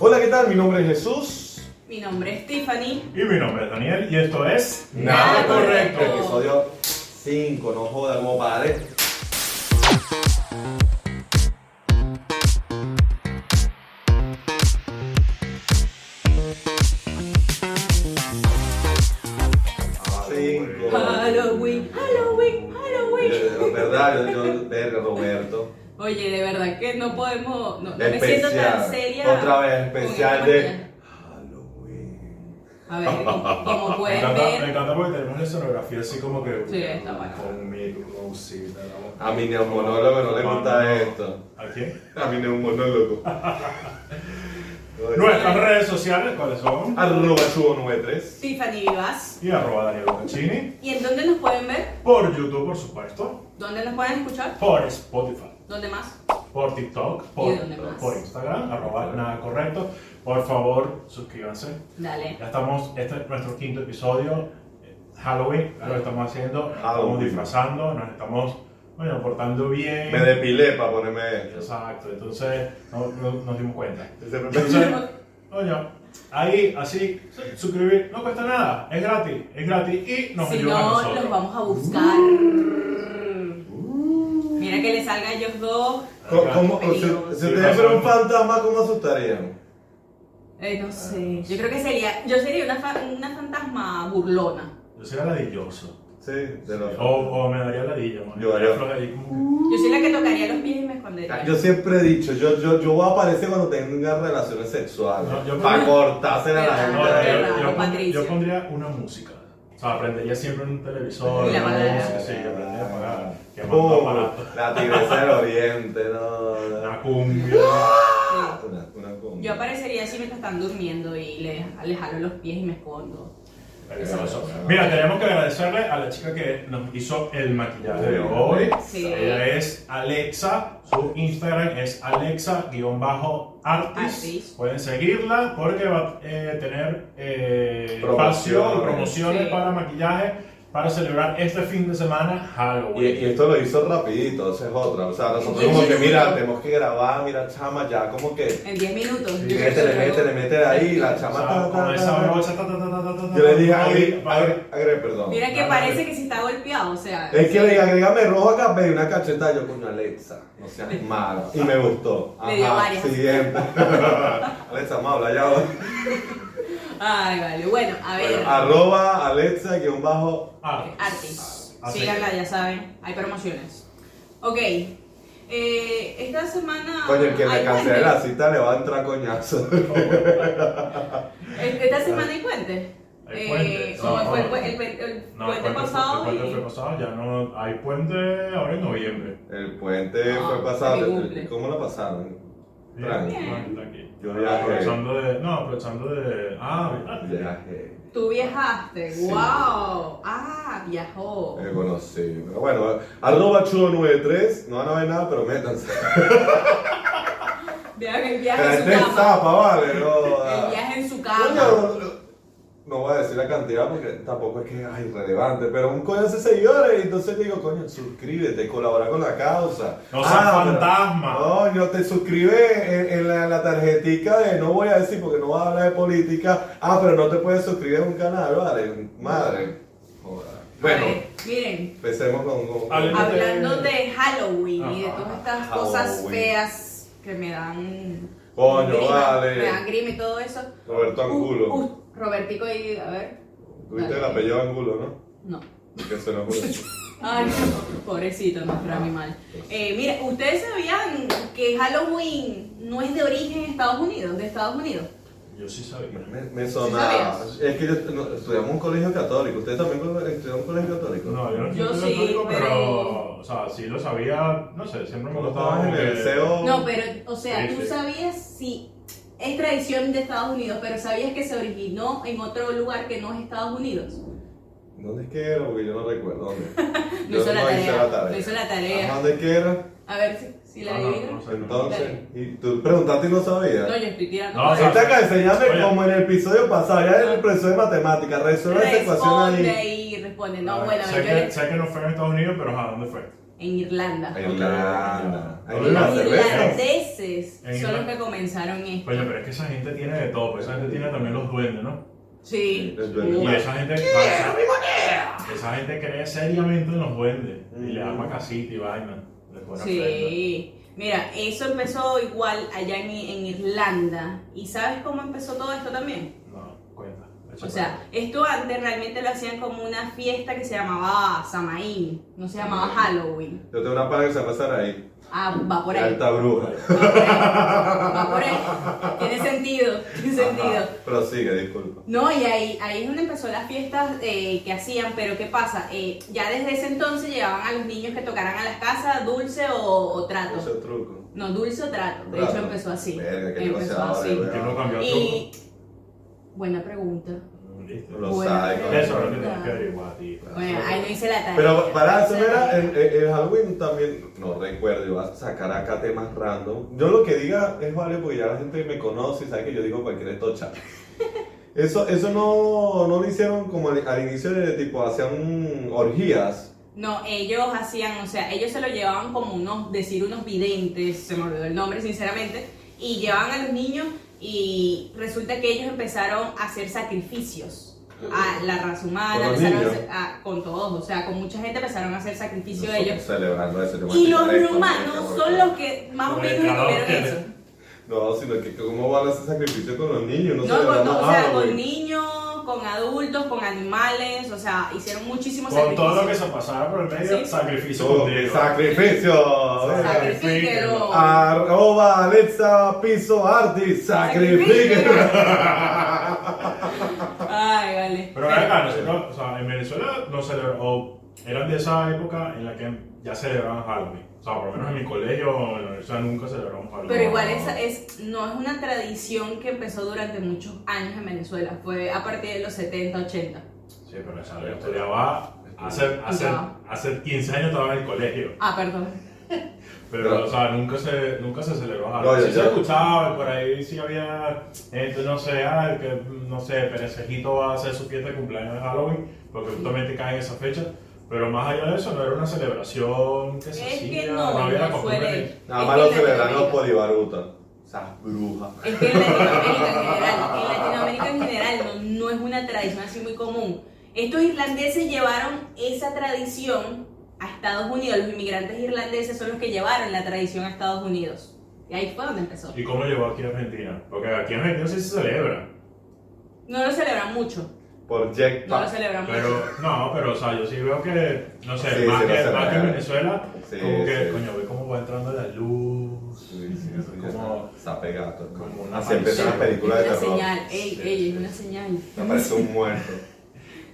Hola, ¿qué tal? Mi nombre es Jesús. Mi nombre es Tiffany. Y mi nombre es Daniel y esto es Nada correcto. Este Episodio 5, no joda, como padre. Cinco. Halloween, Halloween, Halloween. Yo- ¿Verdad? Yo, yo- verga, Roberto. Oye, de verdad que no podemos. No, no me siento especial. tan seria. Otra vez, con especial esta de mañana. Halloween. A ver, como, como Me pueden encanta, me ver. encanta porque tenemos la escenografía así como que Sí, está bueno. con mi musita, la voz. A mi neumonólogo no le gusta esto. ¿A quién? A mí no es un monólogo. Nuestras redes sociales, ¿cuáles son? Arroba chubo 93. Tiffany Vivas. Y arroba Daniel Bocaccini. ¿Y en dónde nos pueden ver? Por YouTube, por supuesto. ¿Dónde nos pueden escuchar? Por Spotify. ¿Dónde más? Por TikTok. Por, ¿Y dónde más? por Instagram. Arroba nada correcto. Por favor, suscríbanse. Dale. Ya estamos, este es nuestro quinto episodio, eh, Halloween, lo estamos haciendo, nos estamos Halloween. disfrazando, nos estamos, bueno, portando bien. Me depilé para ponerme. Exacto, entonces no, no- nos dimos cuenta. De Entonces, repente. coño, ahí, así, su- suscribir, no cuesta nada, es gratis, es gratis y nos si ayuda a no, nosotros. los vamos a buscar. Mira que le salga a ellos dos. ¿Cómo- cómo- si, si ustedes fueran un fantasma, ¿cómo asustarían? Eh, no sé. Yo creo que sería. Yo sería una, fa- una fantasma burlona. Yo sería ladilloso, Sí, de los. o, o me daría ladilla, man. Yo daría- Ahí como Yo soy la que tocaría los pies y me escondería. Ah, Yo siempre he dicho, yo, yo, yo voy a aparecer cuando tenga relaciones sexuales. No, yo- para cortársela a la que- gente. No, yo- de- Uh, Verdad, yo, no, pon- Patricio. yo pondría una música. O sea, aprendería siempre en un televisor, Y la una apagaría. música, sí, yo aprendería a apagar, llamando Pum, aparato. La tigresa del oriente, no. no. Una cumbia. Sí. Una, una cumbia. Yo aparecería así mientras están durmiendo y les, les jalo los pies y me escondo. Peligroso. Mira, tenemos que agradecerle a la chica que nos hizo el maquillaje de hoy. Sí. Ella es Alexa, su Instagram es Alexa-Artis. Artis. Pueden seguirla porque va a eh, tener eh, Promociones. espacio y promociones Sí. para maquillaje para celebrar este fin de semana Y, Halloween. y esto lo hizo rapidito, esa es otra. O sea, nosotros como que, mira, tenemos que grabar, mira, chama, ya como que. En 10 minutos. yo creo que Métele, yo- métele, métele ahí, la O chama. sea, ta, ta, con ta, esa ta. brocha, ta, ta, ta, ta, ta, ta, Yo le dije, ta, agre, va a haber- agre, agre, perdón. Mira que parece que si está golpeado, o sea. Ah, Es que le dije, agrégame rojo acá, pedí una cachetada. Yo, coño, Alexa, no seas malo. Y me gustó. Le dio Ajá, varias. siguiente. Alexa, más habla ya ahora. Ay, vale. Bueno, a ver. Bueno, ah, arroba Alexa, guión bajo, Ah, Artis. Artis. ah, Así Síganla, es. ya saben. Hay promociones. Ok. Eh, esta semana. Coño, el que me hay cancele la puentes. cita le va a entrar coñazo. Eh, Esta Ah. semana hay puentes. Hay Eh, puentes. o No, fue el, no. pu- el pu- el No, el puente puente, fue, pasado. el puente y- fue pasado, ya no hay puente ahora en noviembre. El puente Ah, fue mi pasado. cumple. ¿Cómo lo pasaron? Tranqui. Bien, tranqui. Yo viajé. Aprovechando de. No, aprovechando de. Ah, Viaje. Tú viajaste. Sí. ¡Wow! Ah, viajó. Eh, bueno, sí. Pero bueno, arroba chudo93. No van a ver nada, pero métanse. Vean el Pero viaje en este su es cama. zapa, vale. No, El ah. viaje en su cama. Coño, no voy a decir la cantidad porque tampoco es que es irrelevante, pero un coño hace seguidores. Y entonces digo, coño, suscríbete, colabora con la causa. Ah, No seas pero- fantasma. Coño, te suscribes en, en la, la tarjetica de no voy a decir porque no vas a hablar de política. Ah, pero no te puedes suscribir a un canal, vale. Madre. Joda. Bueno, A ver, miren, empecemos con. con- Ale- Hablemos de- hablando de Halloween y de Ajá, todas estas cosas Halloween. feas que me dan. Coño, grima, vale. Me dan grima y todo eso. Roberto Angulo. Uh, uh, Robertico ahí, a ver. Tuviste el apellido Angulo, ¿no? No. Que se lo juro. Ay, no, pobrecito nuestro Ah, animal. pues. Eh, mira, ¿ustedes sabían que Halloween no es de origen Estados Unidos, de Estados Unidos? yo sí sabía. Me, me sonaba. ¿Sí es que yo no, estudiamos un colegio católico. ¿Ustedes también estudiaron un colegio católico? No, yo no Yo sí, soy católico, pero- pero. O sea, sí lo sabía. No sé, siempre me ¿No gustaba. estabas en como el que- CEO? No, pero, o sea, Sí, tú sí. sabías si es tradición de Estados Unidos, pero sabías que se originó en otro lugar que no es Estados Unidos. ¿Dónde es que era? Porque yo no recuerdo. ¿Dónde? No Yo hizo la no hice la tarea. tarea. No hizo la Ajá, tarea. ¿Dónde es que era? A ver si, si la Ah, no, adivinan. no sé. Entonces, Dale. y tú preguntaste y no sabías. No, yo estoy tirando. No, o sea, para- Esta acá enseñame Oye. como en el episodio pasado, ya era el profesor de matemáticas, resuelve esa ecuación ahí. responde y responde. No, Ah, bueno, sé, yo que, le- sé que no fue en Estados Unidos, pero ajá, ¿dónde fue? en Irlanda. Irlanda. Ok. Ahí Los la Los cerveza. irlandeses En son los Irlanda. que comenzaron esto. Coño, pero es que esa gente tiene de todo, pues, esa gente tiene también los duendes, ¿no? Sí. El duende. Y esa gente. Esa gente cree seriamente en los duendes. Y le Mm. arma casita y vaina. Les pone ofrenda. Sí. Mira, eso empezó igual allá en, en Irlanda. ¿Y sabes cómo empezó todo esto también? No, cuenta. O sea, esto antes realmente lo hacían como una fiesta que se llamaba Samaín, no se llamaba Halloween. Yo tengo una paga que se va a pasar ahí. Ah, va por ahí. Alta bruja. Va por ahí. Va por ahí. Tiene sentido, tiene sentido. Pero sigue, disculpa. No, y ahí, ahí es donde empezó las fiestas eh, que hacían, pero ¿qué pasa? Eh, ya desde ese entonces llevaban a los niños que tocaran a las casas dulce o, o trato. Ese truco. No, dulce o trato. De hecho Trato. empezó así. Verga, qué empezó negociador, así. weón. Que no cambió el Y buena pregunta. truco. Listo. Los Bueno, psychos. pero- Eso es lo que tienes que averiguar, tío. Bueno, ahí no hice la tarea. Pero para eso, No hice la mira, tarea. el, el- el Halloween también, no recuerdo, iba a sacar acá temas random. Yo lo que diga es vale porque ya la gente me conoce y sabe que yo digo cualquier estocha. Eso, eso no, no lo hicieron como al, al inicio de tipo, hacían orgías. No, ellos hacían, o sea, ellos se lo llevaban como unos, decir unos videntes, se me olvidó el nombre, sinceramente, y llevaban a los niños y resulta que ellos empezaron a hacer sacrificios a la raza humana, ¿Con los empezaron a niños? hacer- a- con todos, o sea, con mucha gente empezaron a hacer sacrificio de ellos. Celebrando ese tema. Y los romanos son los que más o Con menos el calor descubrieron que- eso. No, sino que cómo van a hacer sacrificio con los niños. No, No, con, celebramos to- o sea, Halloween. con niños, con adultos, con animales, o sea, hicieron muchísimos Con sacrificios. todo lo que se pasara por el medio, Sí. sacrificio Todo, contigo. sacrificio. Sacrifíquelo. Arroba Alexa Piso Artis. Sacrificio. Ay, vale. Pero eh, ven acá, nosotros, o sea, en Venezuela no celebra- o eran de esa época en la que ya celebraban Halloween. O sea, por lo menos en mi colegio o en la universidad nunca celebramos Halloween. Pero igual es, es, no es una tradición que empezó durante muchos años en Venezuela, fue a partir de los 70, 80. Sí, pero esa yo estudiaba hace, hace, Ya. hace 15 años estaba en el colegio. Ah, perdón. Pero- Pero, o sea, nunca se, nunca se celebró No, Halloween. ya- sí ya. se escuchaba, por ahí sí había gente, no sé, ah, el que, no sé, Perecejito va a hacer su fiesta de cumpleaños de Halloween, porque justamente cae en esa fecha. Pero más allá de eso, no era una celebración que se Es hacía, que no, había la no costumbre. fue de- de- Nada es más que lo en celebran los Latinoamérica- polibarutas. Esas brujas. Es que en Latinoamérica en general, en Latinoamérica en general no, no es una tradición así muy común. Estos irlandeses llevaron esa tradición a Estados Unidos, los inmigrantes irlandeses son los que llevaron la tradición a Estados Unidos. Y ahí fue donde empezó. ¿Y cómo llegó aquí a Argentina? Porque aquí en Argentina sí se celebra. No lo celebran mucho, Por Jack no lo Pack. celebran mucho. Pero, no, pero, o sea, yo sí veo que, no sé, Sí, más, sí, que, no se más que ve. en Venezuela, Sí, como que, sí. coño, ve cómo va entrando la luz. Sí, sí, sí, como, está- está pegado. como una Así empiezan las aparición. Es películas de una terror. señal, ey, ey, es una señal. Me parece un muerto.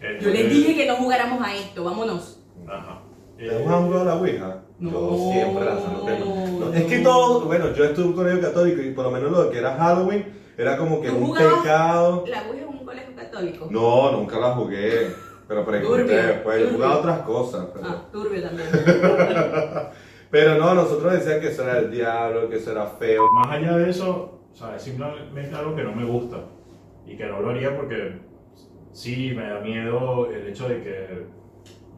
eh, Yo les dije que no jugáramos a esto, vámonos. Ah, Ajá. ¿Te has jugado a la Ouija? No. Yo siempre la saco que no. No, Es que todo, bueno, yo estuve en un colegio católico y por lo menos lo que era Halloween era como que ¿Tú un jugabas? pecado. La Ouija es un colegio católico. No, nunca la jugué. Pero pregunté Turbio, después. Yo turbio. jugaba otras cosas. Pero, Ah, turbio también. pero no, nosotros decían que eso era el diablo, que eso era feo. Más allá de eso, o sea, es simplemente algo que no me gusta y que no lo haría porque sí me da miedo el hecho de que,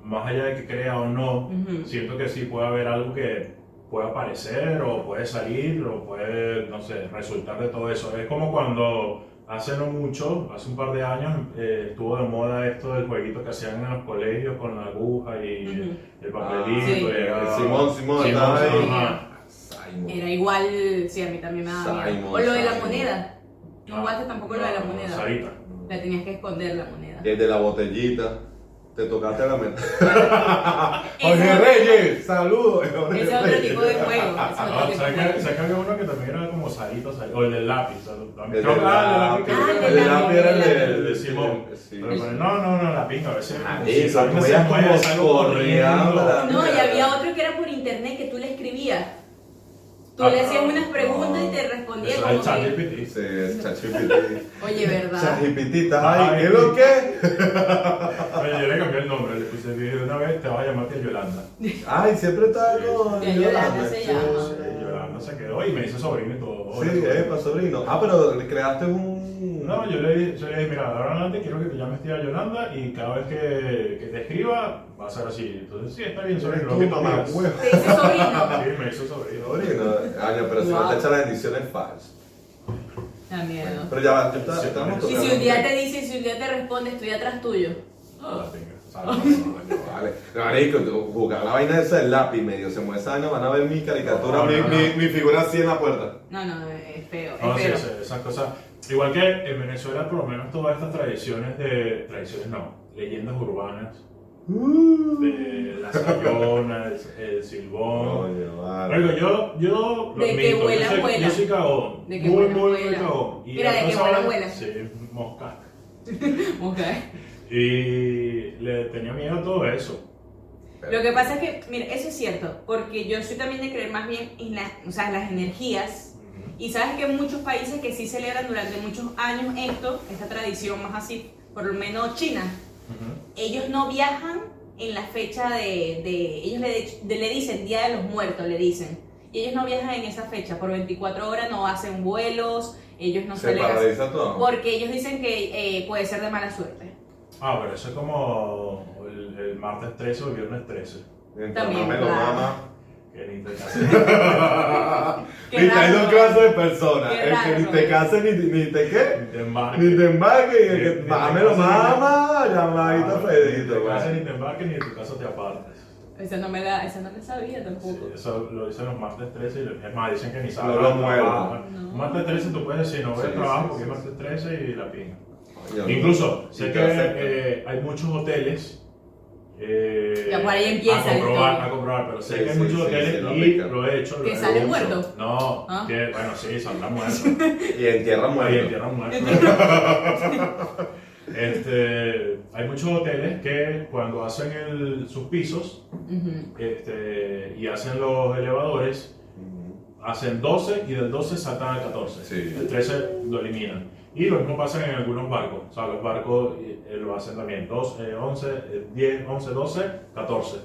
más allá de que crea o no, Ujú. siento que sí puede haber algo que puede aparecer o puede salir o puede, no sé, resultar de todo eso. Es como cuando hace no mucho, hace un par de años, eh, estuvo de moda esto del jueguito que hacían en los colegios con la aguja y Ujú. el papelito. Sí. y era- Ah, Simón, Simón, estaba Simón, ahí. ajá. Simon. Era igual, sí, a mí también me daba miedo. Simon, O lo de la Simon. moneda. No jugaste tampoco lo de la No, no, moneda. Sarita. La tenías que esconder la moneda. El de la botellita. Te tocaste la meta. Ese Jorge es- Reyes, saludos. Jorge Ese es otro Reyes. tipo de juego. ese es otro Ah, tipo de saca, juego. saca había uno que también era como Sarita, Sarita, o el del lápiz. o sea, también- El creo de que- ah, el lápiz. del Ah, lápiz. el de lápiz, era el el de, lápiz. El de Simón. Sí. Pero ponen, no, no, no, la pinga, a veces. Ah, si eso, alguien como se ya mueve, como sale correando corriendo. la- No, y había otro que era por internet que tú le escribías. Tú Ah, le hacías unas preguntas no. y te respondía Eso es como el chat que. Sí, es ChatGPT. Oye, ¿verdad? Chajipititas, ay, ¿qué es lo que? Oye, yo le cambié el nombre, le puse "Dije, Ah. una vez, te vas a llamar tía Yolanda. Ay, siempre está Sí, algo. sí. Yolanda se llama. Sí, Yolanda. pana se quedó y me hizo sobrino y todo. Sí, epa, sobrino. Ah, pero le creaste un... No, yo le, di- yo le dije, mira, de ahora en adelante quiero que te llames tía Yolanda y cada vez que, que te escriba va a ser así. Entonces, sí, está bien, sobrino. lo Tú, que tú mamá, digas. huevo. Te dice sobrino. Sí, me hizo sobrino. Sobrino. Ah, no, pero si no Wow. te echan la bendición es falso. Da miedo. Pero ya va, ya está- Sí, estamos sí. Y tocando- si un día te dice, y si un día te responde, estoy atrás tuyo. La tenga. Salva. Vale, marico, tú, jugar la vaina esa del lápiz medio se mueve esa vaina, van a ver mi caricatura, No, mi, no, mi- no. mi figura así en la puerta. No, no, es feo, es No, Ah, sí, feo. sí, esas cosas. Igual que en Venezuela, por lo menos todas estas tradiciones de. tradiciones no, leyendas urbanas, de la sayona, el, el silbón. Coño, vale. Oiga, yo, yo lo De que admito, yo vuela, soy- vuela. Yo soy cagón. De que muy, vuela, muy, muy vuela. cagón. Y Mira, de que entonces vuela, ahora- vuela. Sí, mosca. Ok. Y le tenía miedo a todo eso. Lo que pasa es que, mira, eso es cierto, porque yo soy también de creer más bien en la- o sea, las energías Y sabes que muchos países que sí celebran durante muchos años esto, esta tradición más así, por lo menos China, Ujú. ellos no viajan en la fecha de, de- ellos le, de- le dicen Día de los Muertos, le dicen. Y ellos no viajan en esa fecha, por 24 horas no hacen vuelos, ellos no se celebran. paraliza todo. Porque ellos dicen que eh, puede ser de mala suerte. Ah, pero eso es como el, el martes 13 o el viernes 13. Mientras también, mame lo claro. mama. Que ni te cases. Qué Viste, hay raro, dos ¿no? clases de personas. Qué El que raro, ni te ¿no? case ni, ni te qué, ni te embarques. ni te embarque, y el Ni- que ni te mame lo case, ni te- mama, llamadita Ah, Ni Fredito. te casas, güey. ni te embarques, ni en tu casa te apartes. Esa no me la, esa no me sabía tampoco. Sí, eso lo dicen los martes 13 y lo- es más, dicen que ni saben. No lo muerdan. No. Martes 13 tú puedes decir, no voy Sí, al trabajo sí, porque sí, es martes 13 y la pinga. Coño, Incluso, y sé te que aceptan. eh, hay muchos hoteles. eh, Ya por ahí empieza a la comprobar, historia. a comprobar, pero sé Sí, que hay sí, muchos sí, hoteles sí, lo y aplican. lo he hecho. lo ¿Que he salen hecho. muertos? No, Ah. que bueno, sí, saldrán muertos. Y en tierra Ahí en muerta. Tierra Muerta. Este, hay muchos hoteles que cuando hacen el- sus pisos Ujú. este, y hacen los elevadores, hacen 12 y del 12 saltan al 14. Sí. El 13 lo eliminan. Y lo mismo pasa en algunos barcos. O sea, los barcos eh, lo hacen también. 2, 11, eh, 10, 11, 12, 14.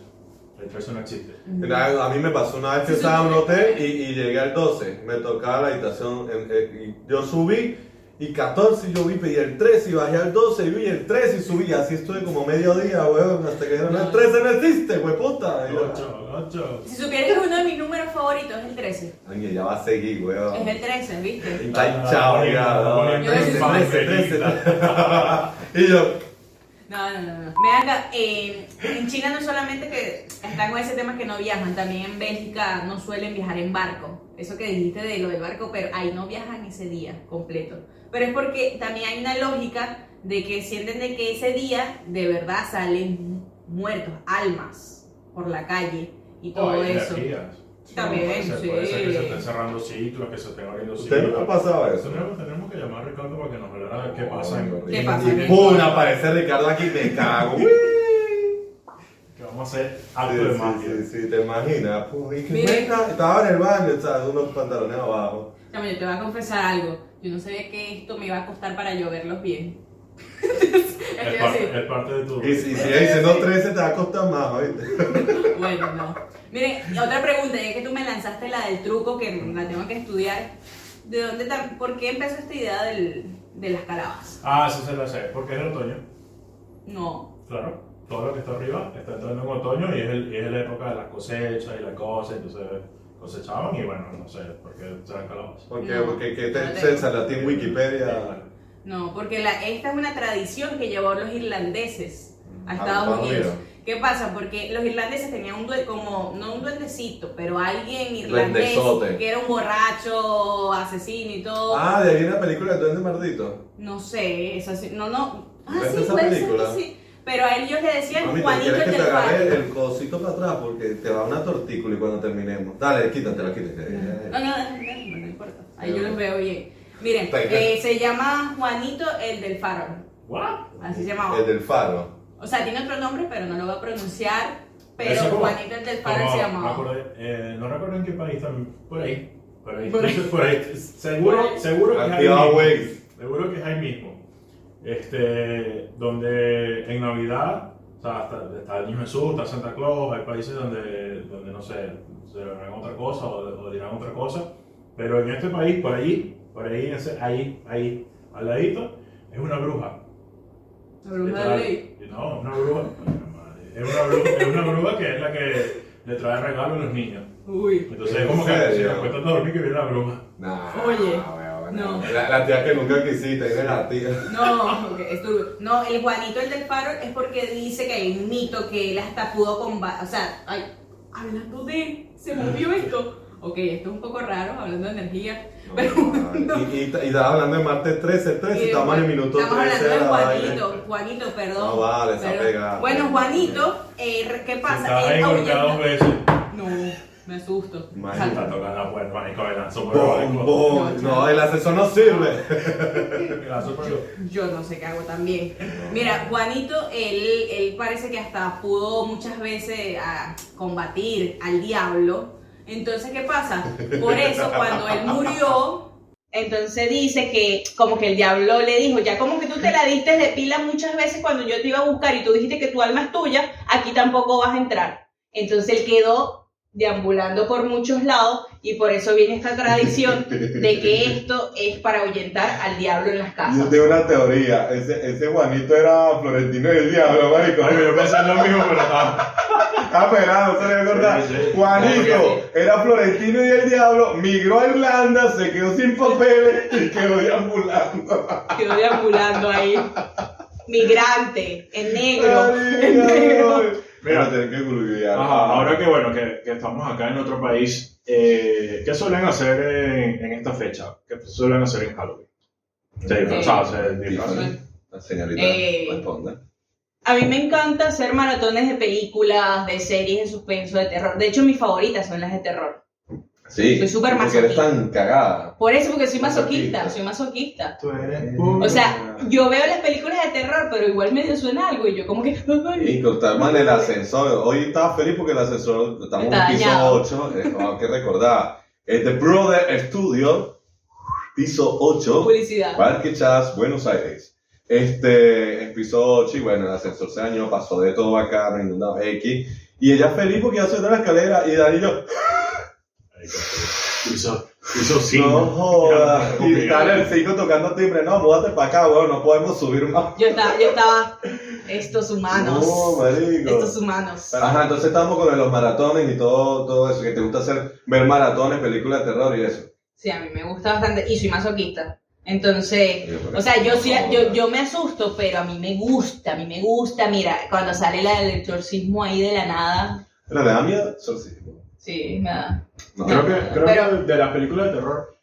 El 13 no existe. Era- A mí me pasó una vez que Sí, sí, estaba en un sí. hotel y, y llegué al 12. Me tocaba la habitación. en- en- y yo subí y 14 yo vi, pedí el 13 y bajé al 12 y vi el 13 y subí. Así estuve como medio día, weón, hasta que dijeron, No. el 13 no existe, wey puta. Y yo, 8, 8. Si supieras que es uno de mis números favoritos es el 13. Oye, ya va a seguir, Es weón. el 13, ¿viste? Y Está hinchado, ya. Yo decía, 13, 13. Y yo, No, no, no, no. Ven acá, eh, en China no solamente que están con ese tema que no viajan, también en Bélgica no suelen viajar en barco. Eso que dijiste de lo del barco, pero ahí no viajan ese día completo. Pero es porque también hay una lógica de que sienten de que ese día de verdad salen muertos, almas por la calle y todo eso. También, puede ser, Puede ser que sí. se estén cerrando ciclos, que se estén abriendo ¿usted ciclos. no le ha pasado eso? Tenemos, tenemos que llamar a Ricardo para que nos hablara de qué pasa. en- ¿Qué pasa? Y ¡pum! Aparece Ricardo aquí, me cago. Que vamos a hacer Sí, algo de magia. sí, sí, sí, te imaginas. Pues, y que Mire. venga, estaba en el baño, estaba unos pantalones abajo. Chamo, yo te voy a confesar algo. Yo no sabía que esto me iba a costar para yo verlos bien. Estoy así. Es, parte, es parte de tu. Y si sigues diciendo 13, te va a costar más, ¿oíste? Bueno, no. Miren, otra pregunta, ya que tú me lanzaste la del truco, que la tengo que estudiar. ¿De dónde, tam- por qué empezó esta idea del, de las calabazas? Ah, eso se lo sé, porque es el otoño. No. Claro, todo lo que está arriba está entrando en otoño y es, el, y es la época de las cosechas y la cosa, entonces cosechaban y bueno, no sé, porque se dan calabazas. Porque, No. porque que te No te- censa latín Wikipedia. No, porque la, esta es una tradición que llevó los irlandeses a Ah, Estados ¿cuándo Unidos. vieron? ¿Qué pasa? Porque los irlandeses tenían un duende, como, no un duendecito, pero alguien irlandés Duendezote. que era un borracho, asesino y todo. Ah, de ahí viene la película del Duende Mardito. No sé, es así, no, no. Ah, ¿Ves sí, esa puede ser que película? sí. Pero a ellos le decían Mami, te Juanito quieres el que te del barrio. agarre el cosito para atrás porque te va una tortícula y cuando terminemos. Dale, quítatela, Eh, quítatela. No, no, no, no, no importa. Ahí yo los veo bien. Miren, Venga. eh, se llama Juanito el del faro. ¿What? Así se llamaba. El del faro. O sea, tiene otro nombre, pero no lo voy a pronunciar. Pero Eso como- Juanito el del faro como- se me llamaba. acordé, eh, no recuerdo en qué país también. Por ahí. Por ahí. Por Por ahí. ahí. Seguro, Por ahí. seguro que es ahí. Activa mismo. Waze. Seguro que es ahí mismo. Este, donde en Navidad, o sea, está, está el niño Jesús, está Santa Claus, hay países donde, donde no sé, celebrarán otra cosa o, o dirán otra cosa. Pero en este país, por ahí, por ahí, ese- ahí, ahí, al ladito, es una bruja. La bruja de Literal. Blade. No, una bruja. Es una bruja, es una bruja que es la que le trae regalos a los niños. Uy. Entonces ¿En es como que serio? si te acuestas a dormir que viene la bruja. Nah, Oye, huevón, no. La, la tía que nunca quisiste, era la tía. No, ok, es turbio. No, el Juanito, el del faro, es porque dice que hay un mito que él hasta pudo combatir. O sea, ay, hablando de. Se Ah. movió esto. Ok, esto es un poco raro, hablando de energía. Pero Y, y, y estaba hablando de martes 13, 13, estamos en el minuto 13. Estamos hablando de la vaina. Juanito, Juanito, perdón. No vale, se Perdón. pega. Bueno, Juanito, eh, ¿qué Se pasa? está Él ahorcado ahuyenta- dos veces. No, me asusto. Imagínate. Está tocando la puerta, marico, el lanzo por el Bom, barco. bom. No, el asesor no sirve. El lanzo por el- Yo no sé qué hago también. Mira, Juanito, él, él parece que hasta pudo muchas veces ah, combatir al diablo. Entonces, ¿qué pasa? Por eso, cuando él murió, entonces dice que como que el diablo le dijo, ya como que tú te la diste de pila muchas veces cuando yo te iba a buscar y tú dijiste que tu alma es tuya, aquí tampoco vas a entrar. Entonces él quedó deambulando por muchos lados y por eso viene esta tradición de que esto es para ahuyentar al diablo en las casas. Yo tengo una teoría. Ese, ese Juanito era Florentino del Diablo, marico. Marico, yo pensé lo mismo, pero estaba. Ah, pegado, se le va a acordar. Sí, sí. Juanito era Florentino y el Diablo, migró a Irlanda, se quedó sin papeles y quedó deambulando. Quedó deambulando ahí. Migrante, en negro, en negro. Marico. Mira, tener que googlear. Ajá, ahora que bueno, que, que estamos acá en otro país, eh, ¿qué suelen hacer en, en esta fecha? ¿Qué suelen hacer en Halloween? Se disfrazan, se disfrazan. Tiffany, la señorita Eh. responde. A mí me encanta hacer maratones de películas, de series de suspenso, de terror. De hecho, mis favoritas son las de terror. Sí. Soy súper porque eres masoquista. tan cagada. Por eso, porque soy masoquista, Masoquista. soy masoquista. Tú eres pura. O sea, yo veo las películas de terror, pero igual medio suena algo y yo como que... ay, Y con tal man el ascensor. Hoy estaba feliz porque el ascensor estamos en Está un piso dañado. 8. hay que recordar. eh, The Brother Studio, piso 8. Publicidad. Parque Chas, Buenos Aires. Este, en piso 8, y bueno, el ascensor se dañó, pasó de todo acá, no inundado X. Y ella feliz porque ya subió la escalera y Dani yo, Hizo, hizo sí. no jodas. Claro, Y tal el 5 tocando timbre, no, múdate para acá, weón, no podemos subir más. Yo estaba, yo estaba... Estos humanos. No, marico. estos humanos. Ajá, entonces estamos con lo de los maratones y todo, todo eso, que te gusta hacer, ver maratones, películas de terror y eso. Sí, a mí me gusta bastante y soy masoquista. Entonces... O sea, yo, sí, yo, yo me asusto, pero a mí me gusta, a mí me gusta. Mira, cuando sale la del exorcismo ahí de la nada, Pero le da miedo, exorcismo. sí, me da. No. Creo que, creo Pero- que de las películas de terror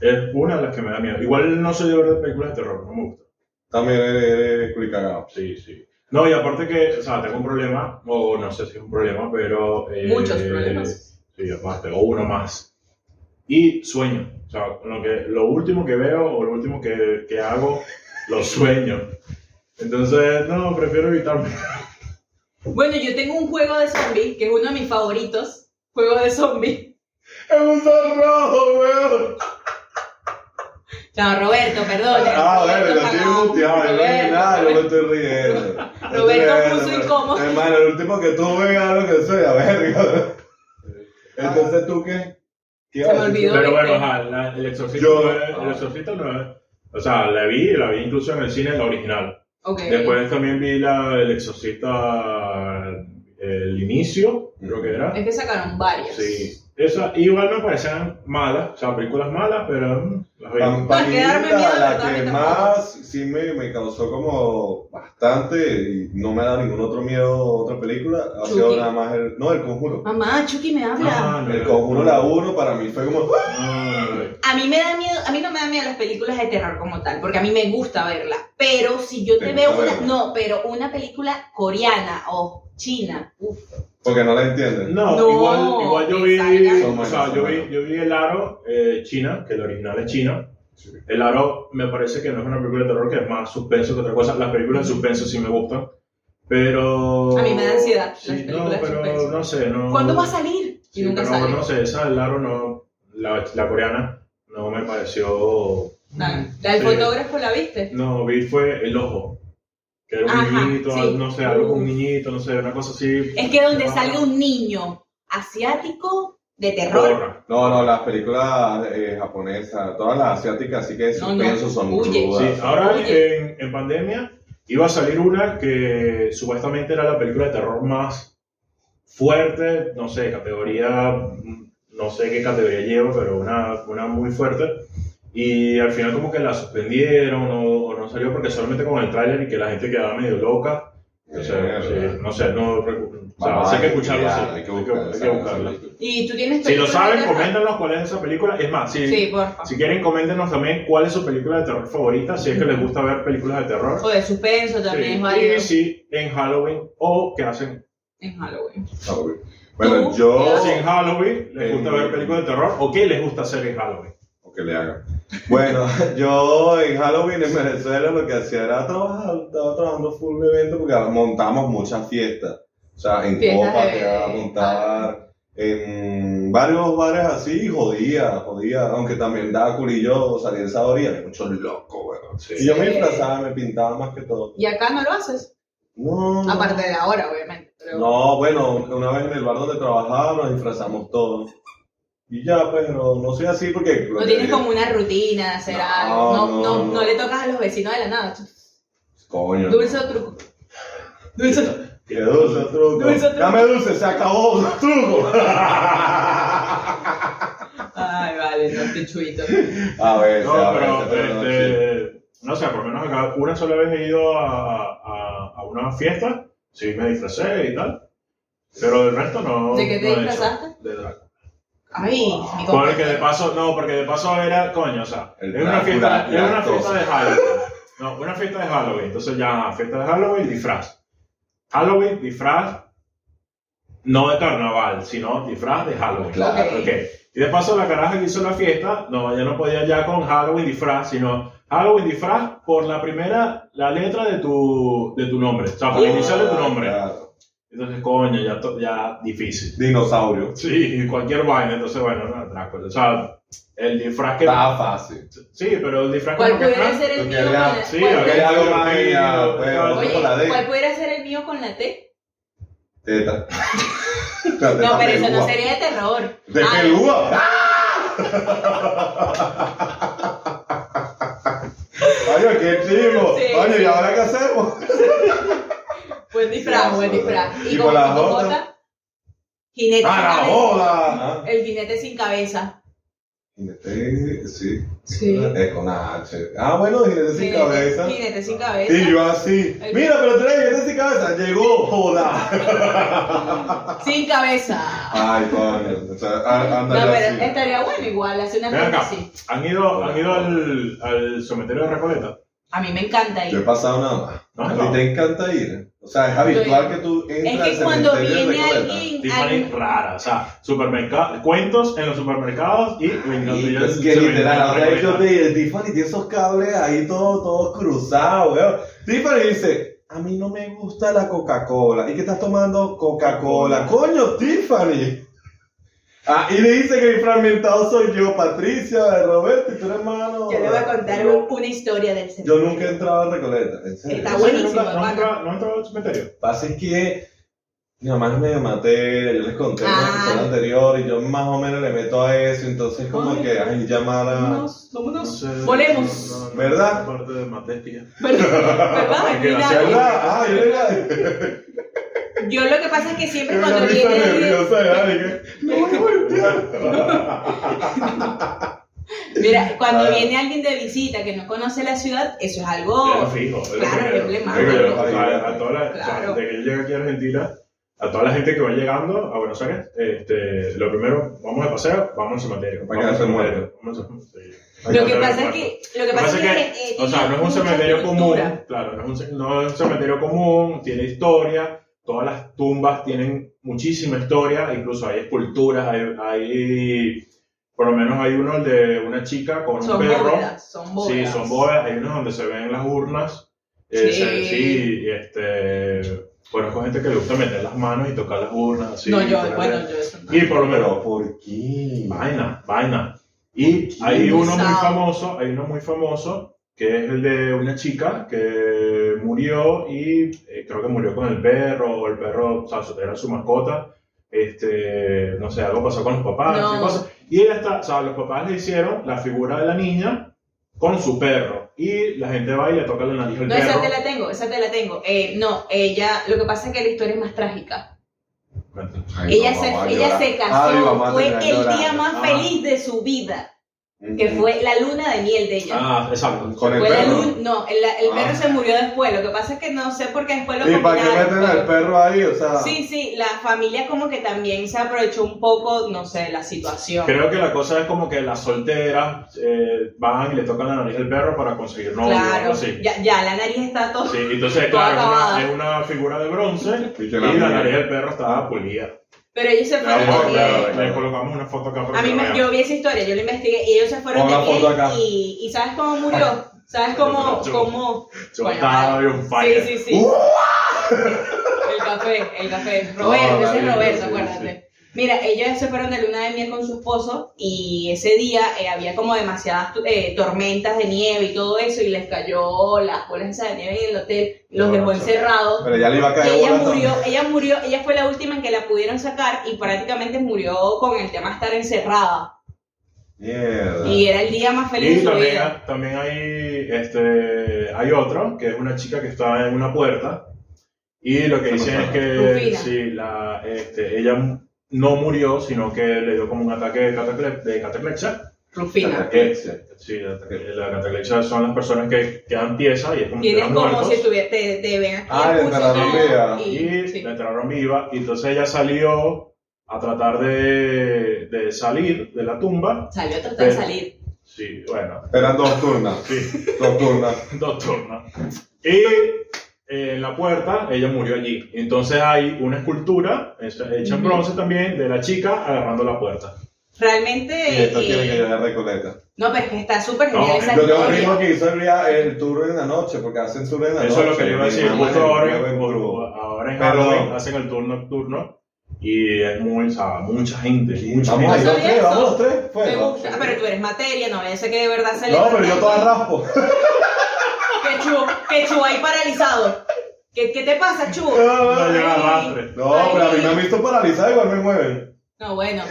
es una de las que me da miedo. Igual no soy de ver de películas de terror, no me gusta. También eres, eres culicagado. Sí, sí. No, y aparte que, o sea, tengo un problema, o no sé si es un problema, pero... eh, Muchos problemas. Sí, además, tengo uno más. Y sueño. O sea, lo, que, lo último que veo o lo último que, que hago, lo sueño. Entonces, no, prefiero evitarme. Bueno, yo tengo un juego de zombies, que es uno de mis favoritos, juego de zombies. ¡Es un sol rojo, weón! No, Roberto, perdón. Ah, bueno, lo Roberto estoy Pagán, muteado, yo no dije Roberto, nada, yo me Roberto. estoy riendo. Roberto Estoy puso riendo, incómodo. pero, Hermano, el último que tuve era lo que soy, a verga. Entonces, ¿tú qué? ¿Qué Se me vas a decir? olvidó. Pero bueno, ajá, la- el exorcista Yo- no es- el exorcista no es... O sea, la vi, la vi incluso en el cine, la original. Ok. Después también vi la, El Exorcista, el inicio, creo que era. Es que sacaron varios. Sí. Esa, igual me parecían malas, o sea, películas malas, pero mm, las vi. Pa- pa' No, es que mí, darme la- miedo, la ¿verdad? que Me más sí me, me causó como bastante y no me ha dado ningún otro miedo otra película ha Chucky. sido nada más el no el conjuro Mamá, Chucky me habla. Ah, no, el no, conjuro no, la uno para mí fue como ¡ah! no, no, no. A mí me da miedo, a mí no me dan miedo las películas de terror como tal, porque a mí me gusta verlas. Pero si yo Te te, gusta veo una, verla. no, pero una película coreana o china, uff. porque no la entienden No, No, igual, igual yo vi, exacto. o sea, yo vi, yo vi El Aro, eh, China, que el original es China. El Aro me parece que no es una película de terror, que es más suspenso que otra cosa. Las películas de suspenso sí me gustan, pero... A mí me da ansiedad, Sí, las no, películas de pero suspenso. no sé, no... ¿Cuándo va a salir? Y Sí, nunca pero sale. no sé, esa del Aro no, la, la coreana, no me pareció... Mm, Nada. La del Sí. fotógrafo la viste. No, vi fue El Ojo, que era un Ajá, niñito, sí. no sé, algo con Uf. un niñito, no sé, una cosa así. Es que donde Ah. salga un niño asiático, de terror. No, no, las películas eh, japonesas, todas las asiáticas, así que de No, suspenso no, son huye. rudas. Sí, ahora Oye. en, en pandemia iba a salir una que supuestamente era la película de terror más fuerte, no sé, categoría, mm, no sé qué categoría lleva, pero una, una muy fuerte. Y al final como que la suspendieron o, o no salió porque solamente con el tráiler y que la gente quedaba medio loca. O sea, Eh, sí, no sé, no... recu- O sea, Vamos, sí hay que crear, escucharla, sí, Hay que hay que- buscar hay que esa- esa buscarla. película. Y tú tienes Si lo películas de saben, terror? coméntanos cuál es esa película. Es más, si, Sí, porfa. si quieren, coméntenos también cuál es su película de terror favorita, si es que les gusta ver películas de terror. O de suspenso también Sí, es válido. Y si en Halloween, o que hacen. En Halloween. Ah, ok. Bueno, Tú, yo... O si en Halloween les En- gusta ver películas de terror, o qué les gusta hacer en Halloween. o que le hagan. Bueno, yo en Halloween en Venezuela lo que hacía era trabajar, estaba trabajando full evento porque montamos muchas fiestas. O sea, en Fiestas copas de- que a montar, en varios bares así, jodía, jodía. Aunque también daba culillo salir esa orilla, había muchos locos, bueno. Y yo me Sí. disfrazaba, me pintaba más que todo. Y acá no lo haces. No. no. Aparte de la hora, obviamente. pero- No, bueno, una vez en el bar donde trabajaba nos disfrazamos todos. Y ya, pues, no, no soy así porque... No tienes como una rutina de hacer No, algo. No, no, no, no, no. le tocas a los vecinos de la nada. Coño. Dulce o truco. Dulce o truco. Qué dulce truco. Dulce truco. Dame dulce, se acabó el truco. Ay, vale, no pichuito. A ver, No, a pero, veces, pero no, sí. este, no sé, por lo menos acá una sola vez he ido a, a- a una fiesta, sí me disfracé y tal, pero del resto no. ¿De qué te no he hecho. disfrazaste? De drag. Ay, mi compa. Porque de paso, no, porque de paso era, coño, o sea, El era una Drácula, fiesta, era las una fiesta cosas. de Halloween. No, una fiesta de Halloween. Entonces ya, ajá, fiesta de Halloween, disfraz. Halloween, disfraz, no de carnaval, sino disfraz de Halloween. Claro. Ok. Ok. Y de paso la caraja que hizo la fiesta, no, ya no podía ya con Halloween disfraz, sino Halloween disfraz por la primera, la letra de tu, de tu nombre. O sea, por Ah, la inicial de tu nombre. Claro. Entonces, coño, ya, to- ya difícil. Dinosaurio. Sí, y cualquier vaina, entonces bueno, no, Drácula. O sea, el disfraz que. Estaba fácil. Sí, pero el disfraz ¿Cuál como que pudiera está- ser el tú mío querías- con la- Sí, cuál- a ver. Quería algo más Oye, ya, pues, oye, con la Oye, ¿cuál de pudiera ser el mío con la T? teta. No, pero eso no sería de terror. Ah, ¡De Ay, pelúa! Oye, qué chivo. Sí. Oye, ¿y ahora qué hacemos? Buen disfraz, buen disfraz. Y Y con con eh, la la jota. jota, jinete ¡A sin Ah, la cabeza. boda! Ah, El jinete sin cabeza. Jinete, sí. Sí. Es con H. Ah, bueno, jinete sin Jinete- cabeza. Jinete sin cabeza. Y yo así. Mira, pero tú eres jinete sin cabeza. Llegó, joda. Sin cabeza. Ay, coño. O sea, á- No, ándale pero así. estaría bueno igual hacer una Ven fiesta acá. así. ¿Han ido, han ido al, al cementerio de Recoleta? A mí me encanta Yo he ir. pasado nada más. No, a ti no. te encanta ir. O sea, es habitual que tú entres Es que al cuando cementerio de viene Recoleta. alguien, Tiffany al- rara, o sea, supermercado, cuentos en los supermercados y me encantó Y ir al es que cementerio literal, de ahora Recoleta. yo te el Tiffany tiene esos cables ahí todos todos cruzados, weón. Tiffany dice, a mí no me gusta la Coca-Cola. ¿Y qué estás tomando? Coca-Cola. Coño, Tiffany. Ah, y le dice que el fragmentado soy yo, Patricia, Roberto y tu hermano. yo le voy a contar Yo- una historia del Yo cementerio. nunca he entrado a Recoleta, en serio. Está buenísimo, ¿No, no, hermano. entra- no entró al cementerio? Pasa es que mi mamá es medio materia, yo les conté en Ah. la episodio anterior y yo más o menos le meto a eso, entonces como Ay. que, ay, llamar a... Vámonos, vámonos. sé, Volemos. no, no, no, ¿Verdad? Parte de Materia. ¿Verdad? Porque Mira, la ¿Verdad? Ah, yo le- Yo lo que pasa es que siempre Una cuando risa viene alguien- nerviosa de alguien. No voy a voltear. mira, cuando Claro. viene alguien de visita que no conoce la ciudad, eso es Era algo fijo, era Claro, primero. el emblema. Porque yo, o sea, a toda la, o sea, Claro. desde que yo llegué aquí a Argentina, a toda la gente que va llegando a Buenos Aires, este, lo primero, vamos de paseo, vamos al cementerio. Para vamos quedarse al cementerio, muerto. vamos al cementerio. Lo que Pero pasa es bueno. que, lo que pasa es que, eh, o sea, tiene no es un mucha cementerio común, cultura. claro, no es un, ce- no es un cementerio común, tiene historia, todas las tumbas tienen muchísima historia, incluso hay esculturas, hay, hay- por lo menos hay uno el de una chica con Son un perro. bóvedas, son bóvedas. Sí, son bóvedas, hay unos donde se ven las urnas. eh, Sí. se- sí, este. Conozco gente que le gusta meter las manos y tocar las urnas. así, no, yo, ponerle- bueno, yo eso no. Y por lo menos, Pero ¿por qué? vaina, vaina. Y hay uno muy Pesado. famoso, hay uno muy famoso, que es el de una chica que murió y eh, creo que murió con el perro, o el perro, o sea, era su mascota. este, no sé, algo pasó con los papás, no sé qué cosa. Y ella está, o sea, los papás le hicieron la figura de la niña con su perro. Y la gente va y le toca la nariz al No, perro. esa te la tengo, esa te la tengo. Eh, no, ella, lo que pasa es que la historia es más trágica. Ay, ella, no, se, mamá, ella llora. se Ay, casó, mamá, fue te la el llora. día más Ah. feliz de su vida, que Ujú. fue la luna de miel de ella. Ah, exacto. Con el Fue la perro. luna, no, el, el Ah. perro se murió después, lo que pasa es que no sé por qué después lo ¿Y para qué combinaron, meten pero- al perro ahí? O sea, Sí, sí, la familia como que también se aprovechó un poco, no sé, la situación. Creo que la cosa es como que las solteras eh, van y le tocan la nariz al perro para conseguir novio o algo claro, así. ya, ya la nariz está todo. Sí, entonces, Toda claro, es una- acabada. es una, figura de bronce y y que la la mira. nariz del perro estaba pulida. Pero ellos se fueron Claro, de claro, miel. claro. Le colocamos una foto acá para A mí que lo me, vean. yo vi esa historia, yo la investigué y ellos se fueron Pon la de foto miel acá. y, y ¿sabes cómo murió? ¿Sabes cómo? Yo- cómo? Yo Bueno, estaba vale. de un fire. Sí, sí, sí. El café, el café. Roberto, No, ese es Gabriel, Roberto, sí, acuérdate. Mira, ellos se fueron de luna de miel con su esposo y ese día eh, había como demasiadas eh, tormentas de nieve y todo eso y les cayó las bolas esas de nieve en el hotel, los No, dejó no, encerrados. Pero ya le iba a Y caer ella bola murió, ella murió, ella fue la última en que la pudieron sacar y prácticamente murió con el tema de estar encerrada. Mierda. Y era el día más feliz Y de su también, vida. también hay, este, hay otro, que es una chica que está en una puerta. Y lo que Se dicen nos es fue. que Rufina. sí, la, este, ella no murió, sino que le dio como un ataque de, catacle- de cataplexa. Rufina. Cataplexa. Sí, la, la cataplexa son las personas que quedan pieza y es como si Tienes fueran como muertos. si estuviera, te, te ven aquí Ah, el el pulso y tararumea. todo, y y- sí. la entraron viva. Y entonces ella salió a tratar de, de salir de la tumba. Salió a tratar de Pero- salir. Sí, bueno, Eran dos turnas. sí, Dos turnas. nocturna. Y eh, en la puerta ella murió allí. Entonces hay una escultura hecha hecha en Ujú. bronce también de la chica agarrando la puerta. Realmente. Y esto eh, tiene que llegar de coleta. No, pero es que está súper genial No, esa Yo tengo un historia. primo que hizo el, via- el tour en la noche, porque hacen tour en la Eso noche. es lo que yo iba a Mi decir. mamá Justo es ahora, nueva en Perú. ahora en Pero- Halloween hacen el tour nocturno y es muy, o sea, mucha gente. Mucha Vamos ahí No gente. los sabía tres, eso. vamos los tres. Fue, Me ¿no? gusta. Ah, pero tú eres materia, no vaya a ser que de verdad se No, pero yo toda raspo. Que Chu, que Chu ahí paralizado. ¿Qué, qué te pasa, Chu? No llega Ay. arrastre. No, Ay. pero a mí me han visto paralizado, igual me mueven. No, bueno.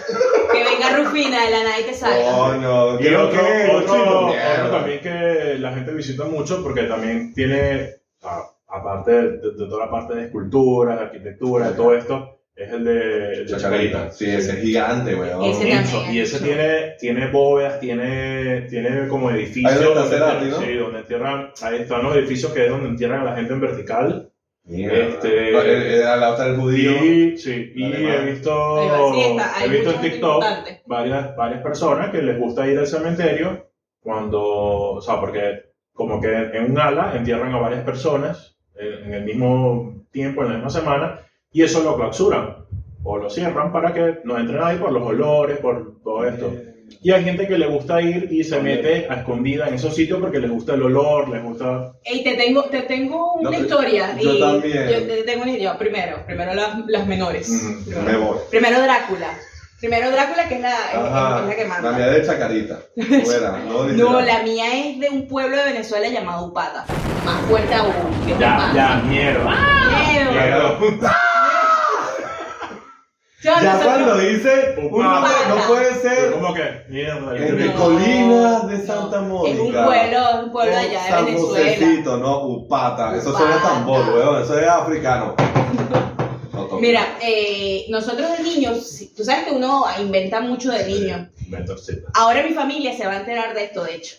Que venga Rufina de la nada y te salga. Coño, Y creo otro, que- otro- chico, otro mierda. también que la gente visita mucho porque también tiene, o sea, aparte de, de toda la parte de esculturas, de arquitectura, de todo esto, es el de el de Chacarita. Sí, ese es gigante, weón. Ese Ahí también. Inmenso. Y ese Sí. tiene, tiene bóvedas, tiene, tiene como edificios. Ahí donde está donde Cerati, entierran- ¿no? Sí, donde entierran, ahí están los edificios que es donde entierran a la gente en vertical. Este- No, el- el- Al lado está el judío. Y, sí, y Alemán. he Oh, visto, Ahí va, sí, está. he Hay visto en mucha gente TikTok importante. varias, varias personas que les gusta ir al cementerio cuando, o sea, porque como que en un ala entierran a varias personas eh, en, en el mismo tiempo, en la misma semana, y eso lo clausuran o lo cierran para que no entre nadie por los olores, por todo esto. Y hay gente que le gusta ir y se mete a escondida en esos sitios porque les gusta el olor, les gusta... Ey, te tengo, te tengo No, una pero- historia. yo y también. Yo te tengo una idea. Primero, primero las, las menores. Mm, Ya Me voy. Primero Drácula. Primero Drácula, que es la, es- Ajá. es la que manda. La mía de Chacarita. Fuera, no, No, literal. la mía es de un pueblo de Venezuela llamado Upata. Más fuerte aún. que Ya, Upata. ya, mierda. Ah. Miedo. Mierda. Ya, Ya nosotros- cuando dice, Upa. un nombre, no puede ser ¿Cómo que? Mierda. yo En creo mi que- No, Colinas de Santa Es un Mónica. pueblo, es un pueblo allá de San Venezuela. Josecito, no, Upata. Eso suena Upata. tambor, weón. Eso es africano. No toques. Mira, eh, nosotros de niños, si- tú sabes que uno inventa mucho de niño. Mentorcita. Ahora mi familia se va a enterar de esto, de hecho.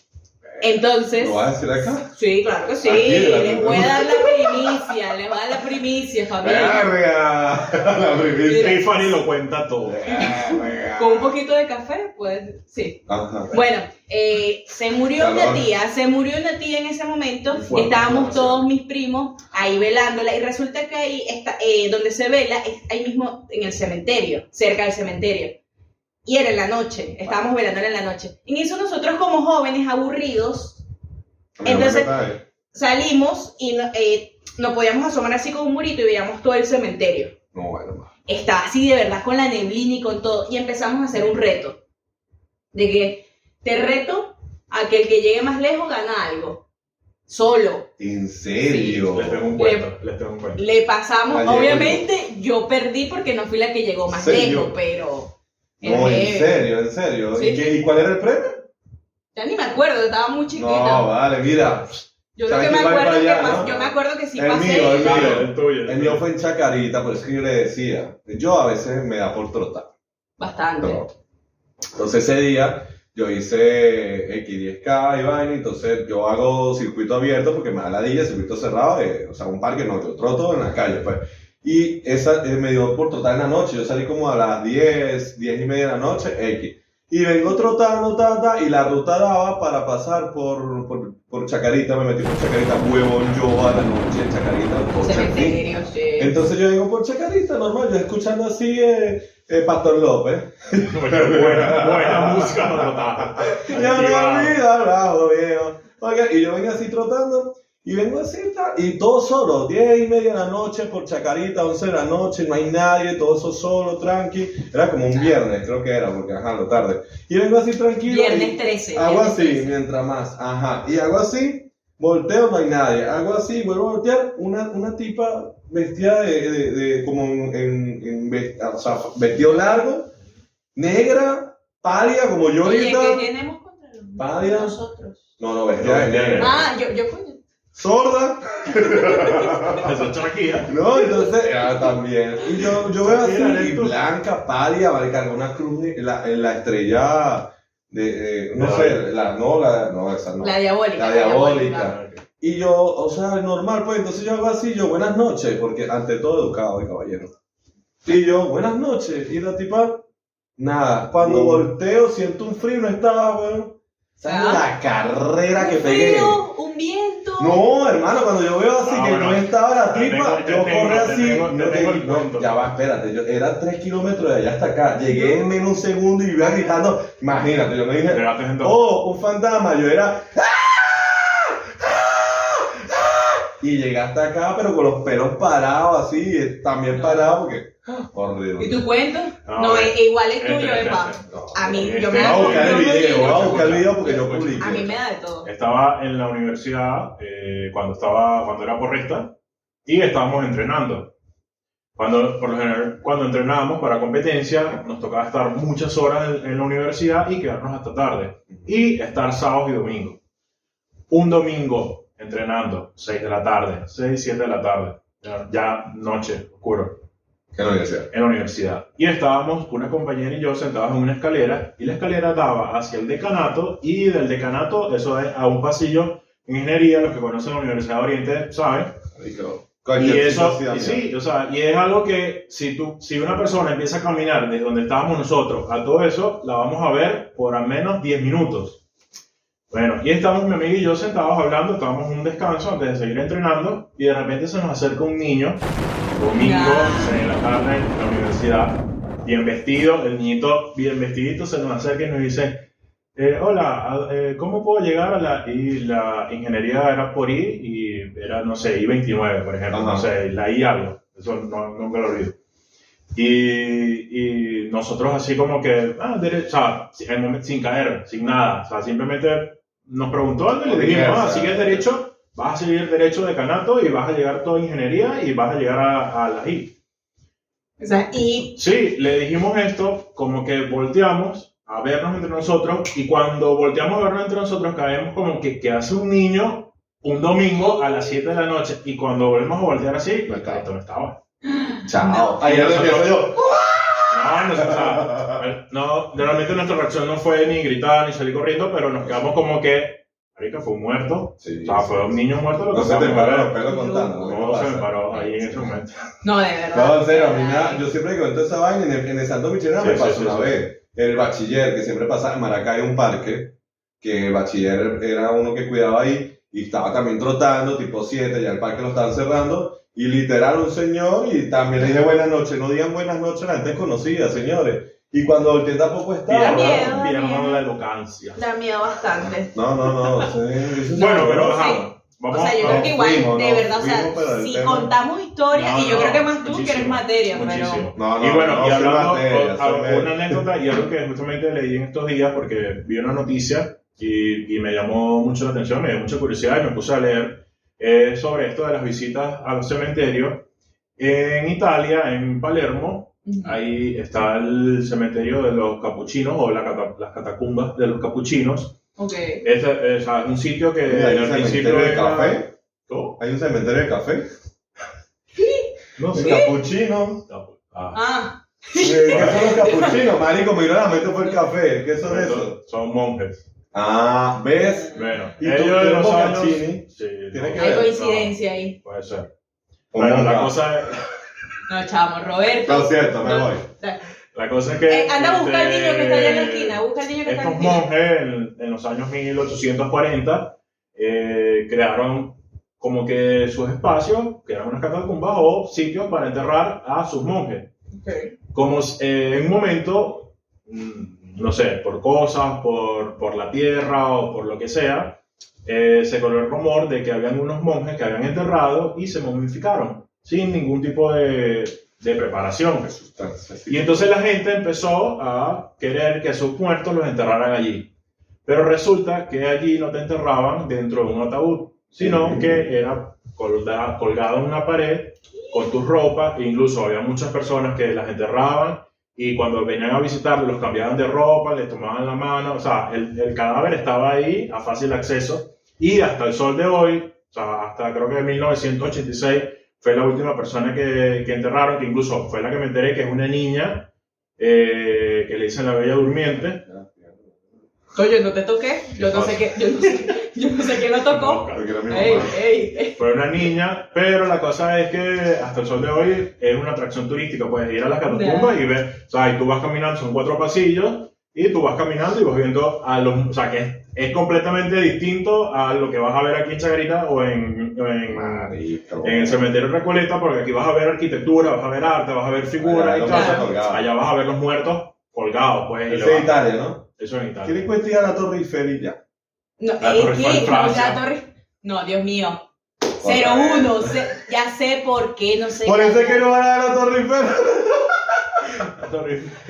Entonces, ¿Lo vas a decir acá? sí, claro que sí, Aquí, la- les voy a dar la primicia, les voy a dar la primicia, familia. ¡Verga! La primicia. Tiffany lo cuenta todo. Verga. Con un poquito de café, pues, sí. Ajá. Bueno, eh, se murió Calor. una tía, se murió una tía en ese momento, Fuerte estábamos abrazo. todos mis primos ahí velándola y resulta que ahí está, eh, donde se vela es ahí mismo en el cementerio, cerca del cementerio. Y era en la noche, estábamos velándola en la noche. En eso nosotros como jóvenes aburridos Me voy a entonces- matar, eh. salimos y no- eh, nos podíamos asomar así con un murito y veíamos todo el cementerio. No, bueno, ma. Estaba así de verdad con la neblina y con todo y empezamos a hacer un reto. De que te reto a que el que llegue más lejos gana algo. solo. ¿En serio? Les tengo un cuento, les tengo un cuento. Le pasamos, Ayer, obviamente yo perdí porque no fui la que llegó más Sí, lejos, yo- pero... No, en eh, serio, en serio. Sí. ¿Y, qué- y cuál era el premio? Ya ni me acuerdo, estaba muy chiquita. No, vale, mira. yo lo ¿sabes que me qué? Va acuerdo para es que allá, pas- ¿no? yo me acuerdo que sí El pasé. mío, el y- mío. El tuyo, El mío fue en Chacarita, por eso que yo le decía. Yo a veces me da por trotar. Bastante. No. Entonces ese día yo hice X10K y vaina, entonces yo hago circuito abierto porque me da la dilla, circuito cerrado, eh, o sea, un parque no, yo troto en la calle, pues. Y esa eh, me dio por trotar en la noche, yo salí como a las 10, 10 y media de la noche, X. Y vengo trotando, ta, ta, y la ruta daba para pasar por, por, por Chacarita, me metí por Chacarita, huevón, yo a la noche en Chacarita, por Chacrín. Cementerio, sí. Entonces yo vengo por Chacarita, normal, yo escuchando así eh, eh, Pastor López. Buena, buena, buena música para notar. Ya me olvidado, bravo, viejo. Oiga, y yo vengo así trotando, y vengo así, ta, y todo solo, 10 y media de la noche, por Chacarita, 11 de la noche, no hay nadie, todo eso solo, tranqui. Era como un viernes, creo que era, porque ajá, lo tarde. Y vengo así tranquilo. Viernes y 13. Hago viernes así, 13. mientras más, ajá. Y hago así, volteo, no hay nadie. Hago así, vuelvo a voltear, una, una tipa vestida de, de- de- como en, en- en vest- o sea, vestido largo, negra, pálida, como yo Oye, ahorita. ¿qué tenemos contra los Padre. nosotros? No, no, vestida de negra. Ah, yo, yo coño. sorda, Eso es Shakira. ¿no? Entonces, ah, también. Y yo, yo veo así, Mira, esto. blanca, pálida, marica, con una cruz, de- la, la estrella, de, eh, no La- sé, la, no, la, no, esa no. La diabólica. La diabólica. Y yo, o sea, normal, pues, entonces yo hago así, yo, buenas noches, porque ante todo educado, eh, caballero. Y yo, buenas noches, y la tipa, nada, cuando Mm. volteo siento un frío, no estaba, weón. ¿Sabes Ah. la carrera que Un pegué? frío, un viento. No, hermano, cuando yo veo así Ah, que bueno. no estaba la Te tengo- tripa, te yo tengo- corro te así. tengo- te no, tengo el no, cuento. ya va, espérate, yo, era 3 kilómetros de allá hasta acá. Llegué en menos un segundo y iba gritando. Imagínate, yo me dije, Llegaste entonces. oh, un fantasma. Yo era. "¡Ah! ¡Ah! ¡Ah!". Y llegué hasta acá, pero con los pelos parados, así, eh, también parado, porque. ¡ah! Horrible. ¿Y tu cuento? No, No, eh, e- igual es tuyo, espera, Epa. espera. No. A mí, Este, yo me Voy va a da- buscar el yo me- video, voy a buscar el video porque yo publiqué. A mí me da de todo. Estaba en la universidad eh, cuando estaba cuando era porrista y estábamos entrenando. Cuando, por lo general, cuando entrenábamos para competencia, nos tocaba estar muchas horas en, en la universidad y quedarnos hasta tarde. Y estar sábados y domingos. Un domingo entrenando, 6 de la tarde, 6, 7 de la tarde. Ya- Ya noche, oscuro ¿Qué no voy a hacer? en la universidad. Y estábamos, una compañera y yo, sentados en una escalera, y la escalera daba hacia el decanato, y del decanato, eso es a un pasillo en ingeniería, los que conocen la Universidad de Oriente saben. Marico, Y cualquier eso, situación, y sí, o sea, y es algo que si, tú, si una persona empieza a caminar desde donde estábamos nosotros a todo eso, la vamos a ver por al menos 10 minutos. Bueno, y estamos mi amiga y yo sentados hablando, estábamos en un descanso antes de seguir entrenando, y de repente se nos acerca un niño, domingo, Ya. 6 de la tarde, en la universidad, bien vestido, el niñito bien vestidito se nos acerca y nos dice, eh, hola, a- eh, ¿cómo puedo llegar a la... Y la ingeniería era por I y era, no sé, I-29, por ejemplo, Ajá. no sé, la I algo, eso no, no me lo olvido. Y, y nosotros así como que, ah, dere- o sea, si- en momen- sin caer, sin nada, o sea, simplemente nos preguntó algo y le dijimos, Porque, o ah, sea, sigue derecho, vas a seguir derecho de canato y vas a llegar a toda ingeniería y vas a llegar a, a la I. O sea, y Sí, le dijimos esto, como que volteamos a vernos entre nosotros y cuando volteamos a vernos entre nosotros caemos como que, que hace un niño un domingo a las 7 de la noche y cuando volvemos a voltear así, No estaba. esto no estaba. Chao. No. Ahí es donde empiezo yo. No, no, o sea, no, realmente nuestra reacción no fue ni gritar ni salir corriendo, pero nos quedamos como que, marica, fue un muerto, Sí, o sea, sí, fue un sí. niño muerto lo que No se te acabamos de paró los ver. pelos contando. ¿qué No, se pasa? me paró ahí en ese momento. no, de verdad. No, en serio, a mí me da- Ay. yo siempre que cuento esa vaina en el, en el Santo Michelena Sí, me sí, pasó sí, una sí. vez. El bachiller, que siempre pasaba en Maracay, un parque, que el bachiller era uno que cuidaba ahí y estaba también trotando, tipo 7, ya el parque lo estaban cerrando. Y literal, un señor, y también le dije buenas noches, no digan buenas noches a la gente desconocida, señores. Y cuando volteé tampoco estaba. da miedo, Vieron da vieron miedo. la elocancia. Da miedo bastante. No, no, no. sí, sí, sí. Bueno, pero no, ajá, sí. O vamos sea, yo a- creo que igual, fuimos, de no, verdad, o sea, fuimos, pero el si tema- contamos historias, No, y yo no, creo que más tú que eres muchísimo, materia, muchísimo. No, no, y bueno, no, y soy hablando, materia, o- soy a- medio. una anécdota y algo que justamente leí en estos días porque vi una noticia y, y me llamó mucho la atención, me dio mucha curiosidad y me puse a leer eh, sobre esto de las visitas a los cementerios. En Italia, en Palermo, ahí está el cementerio de los capuchinos o la cata- las catacumbas de los capuchinos. Ok. Es, eh, o sea, es un sitio que Mira, hay un al principio cementerio de era- café. ¿Cómo? Hay un cementerio de café. No Los sé. capuchinos. Ah, Ah, Eh, ¿Qué son los capuchinos? Marico, me la mente por el café. ¿Qué son esos? son, son monjes. Ah, ¿ves? Bueno, Y tú, ellos tú en los años... Bocaccini, Sí, tiene no, que hay ver. coincidencia ahí. no, puede ser. Un Bueno, la monja. cosa es... No, chamo, Roberto. Lo siento, me No. voy. La cosa es que. Eh, anda a buscar al este, niño que está allá en la esquina. Busca al niño que está en la Estos esquina. monjes, en, en los años 1840, eh, crearon como que sus espacios, que eran unas catacumbas o sitios para enterrar a sus monjes. Como eh, en un momento, mm, no sé, por cosas, por, por la tierra o por lo que sea, eh, se coló el rumor de que habían unos monjes que habían enterrado y se momificaron sin ningún tipo de, de preparación. Y entonces la gente empezó a querer que sus muertos los enterraran allí. Pero resulta que allí no te enterraban dentro de un ataúd, sino que era colda- colgado en una pared con tus ropas. E incluso había muchas personas que las enterraban y cuando venían a visitar los cambiaban de ropa, les tomaban la mano. O sea, el, el cadáver estaba ahí a fácil acceso. Y hasta el sol de hoy, o sea, hasta creo que 1986, fue la última persona que, que enterraron, que incluso fue la que me enteré que es una niña eh, que le dicen la Bella Durmiente. Coño, no te toqué. Yo no sé qué, yo no sé, qué- yo no sé qué no tocó. Porque era mi Ey, mamá. ey, ey. Fue una niña, pero la cosa es que hasta el sol de hoy es una atracción turística. Puedes ir a las catacumbas y ver, o sea, y tú vas caminando, son cuatro pasillos, y tú vas caminando y vas viendo a los. O sea, que es, es completamente distinto a lo que vas a ver aquí en Chagarita o en. o en Marico. en el cementerio Recoleta, porque aquí vas a ver arquitectura, vas a ver arte, vas a ver figuras Allá y los cosas. muertos colgados. Allá vas a ver los muertos colgados, pues. y Ese le es vas- Italia, ¿no? Eso en Italia. ¿Quién le cuesta ir a la Torre Eiffel y ya? No, La es Torre Eiffel, que no, Francia. la torre. No, Dios mío. 01, se- ya sé por qué, no sé. Por eso es que no van a ver la Torre Eiffel.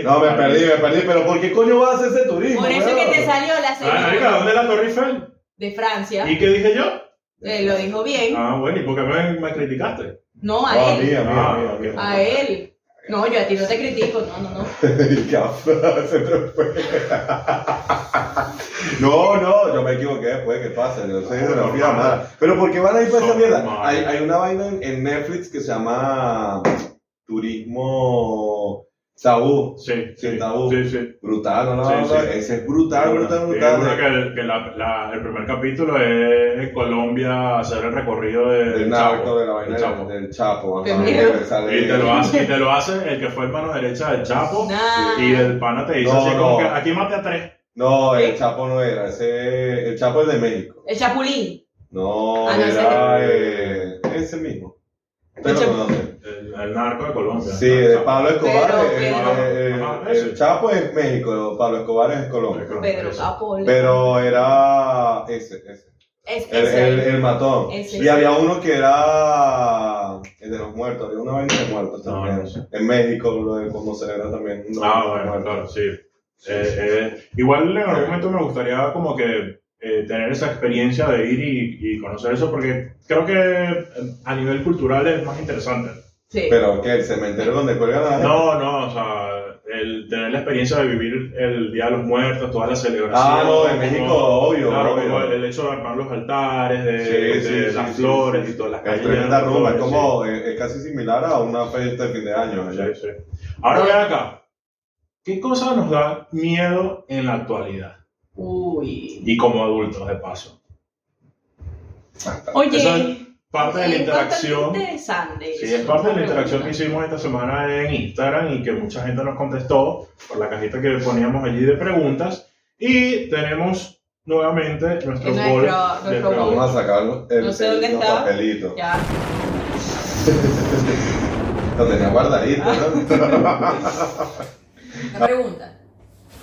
No, me perdí, me perdí. Pero ¿por qué coño vas a hacer ese turismo? Por eso es que te weón? salió la Ah, marica, señal ¿dónde es la Torre Eiffel? de Francia. ¿Y qué dije yo? Eh, lo dijo bien. Ah, bueno, ¿y por qué me, me criticaste? No, No, a él. mía, mía, Ah, mía, ok. mía. A él. No, yo a ti no te critico. No, no, no. Y ya, se te fue. No, no, yo me equivoqué, puede que pase, yo sé, se me olvida nada. Pero ¿por qué van a ir para esa mierda? Hay, hay una vaina en, en Netflix que se llama Turismo Tabú. Sí, Sí, tabú. Sí, sí. Brutal, ¿no? Sí, sí. Ese es brutal, brutal, Bueno, seguro brutal. que, el, que la- la- el primer capítulo es en Colombia hacer el recorrido de, Del del narco, Chapo, de la vaina del del Chapo. Chapo. Del Chapo Qué ajá, miedo. que sale- Y te lo hace, y te lo hace el que fue el mano derecha del Chapo. Nah. Y el pana te dice No, así no. como que aquí mate a tres. No, el ¿Qué? Chapo no era, ese, el Chapo es de México. El Chapulín. No, Ah, no, ese era eh, ese mismo. Ustedes El lo Chapo- conocen. El, el narco de Colombia. Sí, de Pablo Escobar. Pero, eh, pero- eh, Ajá, el eso. Chapo es México, Pablo Escobar es Colombia. Pedro Capol. Pero era ese, ese. Es, El, ese. el- el matón. Ese, Y ese. había uno que era el de los muertos, había una vaina de muertos No, también. no sé. En México, lo de cómo se era también. no, Ah, no, bueno, muerto. claro, sí. Eh, eh, igual en algún momento me gustaría como que eh, tener esa experiencia de ir y, y conocer eso porque creo que eh, a nivel cultural es más interesante. Sí. Pero que el cementerio donde cuelgan a la gente. No, no, o sea, el tener la experiencia de vivir el Día de los Muertos, todas las celebraciones. Ah, no, en como- México, obvio. Claro, obvio. como el, el hecho de armar los altares, de, Sí, sí, de sí, las sí, flores sí. y todas las El calles. tremenda de rumba, es flores, como, eh, es, es casi similar a una fiesta de fin de año. sí. allá. Sí, sí. Ahora ve acá, ¿qué cosa nos da miedo en la actualidad? Uy. Y como adultos, de paso. Oye. Eso es parte de la es bastante interacción. Interesante. Sí, es parte de la interacción que hicimos esta semana en Instagram y que mucha gente nos contestó por la cajita que poníamos allí de preguntas. Y tenemos nuevamente nuestro Nuestro- poll. nuestro de poll. preguntas. Vamos a sacar el, No sé dónde el- los está. papelitos. Ya. Lo tenía guardadito, ¿no? Ah. La pregunta.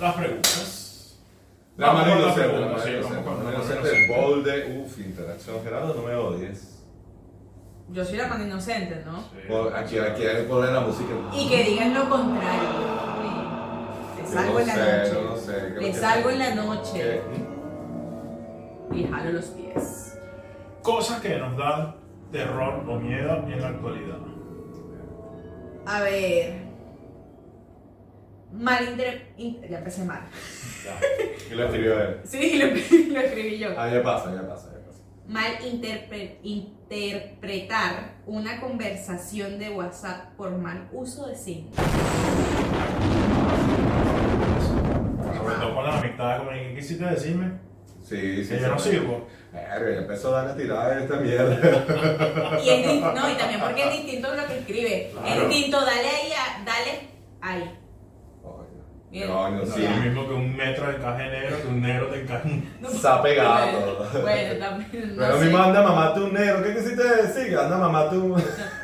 Las preguntas. La Vamos mano con las inocente, la preguntas, mano sí, inocente, vamos con la las mano preguntas. inocente. Este Bolde, uff, interacción. Gerardo, no me odies. Yo soy la mano inocente, ¿no? Eh, Por- Aquí, aquí hay que poner la música. Y que digan lo contrario. Te Yo salgo no en la sé, noche. yo no sé, creo Le que- salgo en la ¿Qué? noche. y jalo los pies. Cosas que nos dan terror o miedo en la actualidad. A ver. Mal inter... in- Ya empecé mal. Ya. Y lo escribió él. Sí, lo, lo escribí yo. Ah, ya pasa, ya pasa, ya pasa. Mal interpre- interpretar una conversación de WhatsApp por mal uso de signos. Sobre todo con las amistades, como que quisiste decirme Sí, sí. que yo Eh, no sí. sirvo. Verga, ya empezó a dar la tirada de esta mierda. Y es di- no, y también porque es distinto lo que escribe. Claro. Es distinto, dale ahí, a- dale ahí. Coño. Bien. Coño, No sí. es lo mismo que un metro de encaje negro, que un negro te encaje un No, Se ha pegado. Bueno, bueno, también. no Pero sé. mi manda mamate un negro. ¿Qué quisiste decir? Anda mamate un.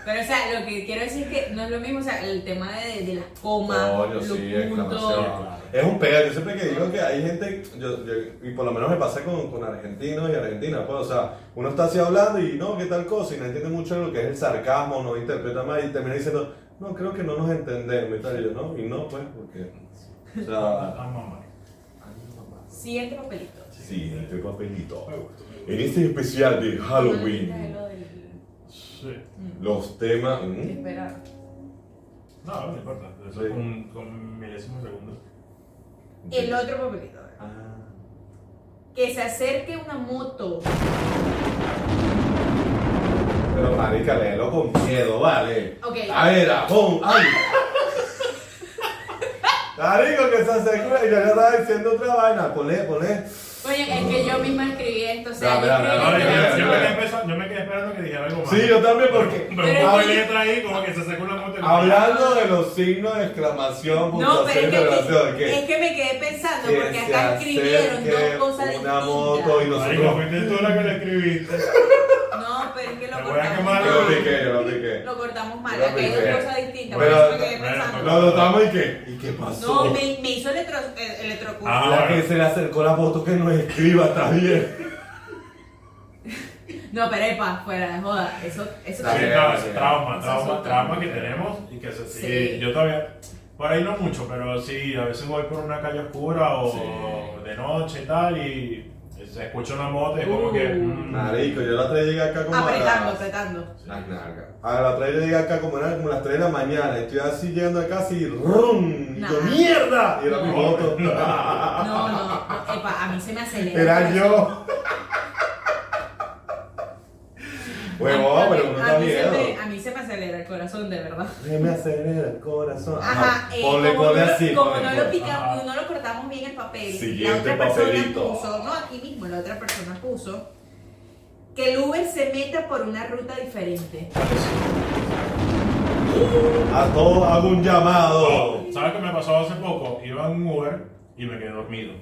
Pero, o sea, lo que quiero decir es que no es lo mismo, o sea, el tema de, de las comas, Coño, los sí, exclamación. puntos. Es un pega, yo siempre que digo que hay gente, yo- yo- y por lo menos me pasa con, con argentinos y argentinas, pues, o sea, uno está así hablando y no, qué tal cosa, y no entiende mucho lo que es el sarcasmo, no interpreta mal, y termina diciendo, no, creo que no nos entendemos, y tal, y yo, no, y no, pues, porque, o sea, Ah, mamá. Siguiente papelito. sí, este papelito. Me gustó, me gustó. En este especial de Halloween, Lo del- Sí. Mm, los temas, mm, Espera. No, no importa. Eso Sí. es con, con milésimos de segundos. El otro papelito. Ah, Que se acerque una moto. pero marica, léelo con miedo, vale. Ok. A ver, a pum, ay. Está rico que se acercó y yo le estaba diciendo otra vaina. Ponle, ponle. Oye, es que yo misma escribí esto, o sea, Dame, yo dame, escribí dame, dame, No, yo, lo que era- yo- yo me dame. quedé empezando- yo me quedé esperando que dijera algo más. Sí, yo también porque Pero Pero- un poco de letra ahí, como que se sacó una moto. y- hablando de los signos de exclamación, No, puntuación, pero es interrogación, que, que es que me quedé pensando, que porque se acá escribieron acerque dos cosas una distintas. moto y Marico, nosotros. fuiste tú la que le escribiste. No, pero es que lo Me voy a cortamos quemar. Yo lo mal. apliqué, yo lo apliqué. Lo cortamos mal, Yo lo acá hay dos apliqué. cosas distintas, Pero- por eso me quedé Bueno, pensando. Lo notamos y qué. ¿Y qué pasó? No, me, me hizo electro, eh, electrocutar. Ah, La que bueno. se le acercó la moto que nos escriba, está bien. No, pero epa, fuera de joda. Eso, eso Está Sí, bien, claro, sí. ese trauma, Esos trauma, son trauma traumas. que tenemos y que se sigue. Sí. Yo todavía, por ahí no mucho, pero sí, a veces voy por una calle oscura o Sí. de noche y tal y se escucha una moto y es como Uh. que... mm, Marico, yo la otra vez llegué acá como. a apretando, las- apretando. Las nalgas. A la otra vez yo llegué acá como eran como las 3 de la mañana. Estoy así llegando acá así. ¡Rum! Y yo, Nah. ¡Mierda! Y era mi No. moto. No, no, epa, a mí se me acelera. era yo. A Huevón, mí- pero uno a da mí se miedo. me- A mí se me acelera el corazón, de verdad. Se me acelera el corazón. Ajá, eh, Ah, ponle, como, ponle no, lo- así. como ponle, no ponle. lo picamos, Ajá. no lo cortamos bien el papel. la Siguiente otra papelito. persona puso, no, aquí mismo la otra persona puso que el Uber se meta por una ruta diferente. A todos hago un llamado. Oh, ¿Sabes qué me pasó hace poco? Iba en un Uber y me quedé dormido.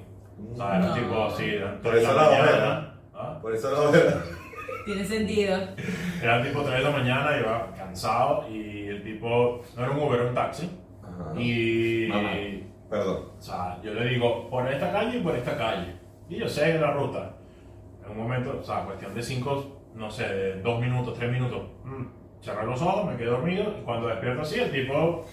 ¿Sabes? No. Tipo así, eran Por tres de eso la la mañana. ¿Ah? Por eso no. Tiene sentido. Eran tipo 3 de la mañana, iba cansado y el tipo, no era un Uber, era un taxi. Ah, Ajá. Y, Mamá. Perdón. o sea, yo le digo, por esta calle y por esta calle. Y yo sé la ruta. En un momento, o sea, cuestión de 5, no sé, de 2 minutos, 3 minutos. mm, Cerré los ojos, me quedé dormido y cuando despierto así, el tipo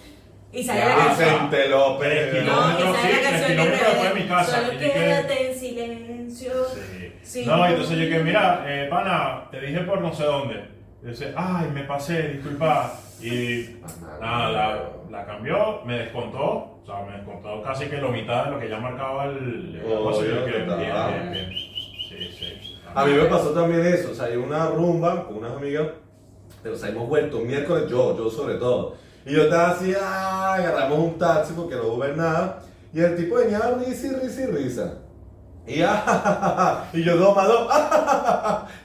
Y sale la Ya, canción. Vicente López. Tres No, y kilómetros, sí, sale la tres canción de kilómetros después de mi Rebelde. casa, Solo y dije- quédate en silencio. Sí. Sí. No, entonces yo que, mira, eh, pana, te dije por no sé dónde. Y dice, ay, me pasé, disculpa. Y nada, la, la cambió, me descontó, o sea, me descontó casi que la mitad de lo que ya marcaba el... el Obvio negocio, yo que que, está. bien, bien, bien. Sí, sí. A mí me pasó también eso, o sea, hay una rumba con unas amigas, pero nos hemos vuelto un miércoles, yo, yo sobre todo. Y yo estaba así, ah, agarramos un taxi porque no hubo nada. Y el tipo venía risa y risa y risa. Y, ah, y yo dos más dos.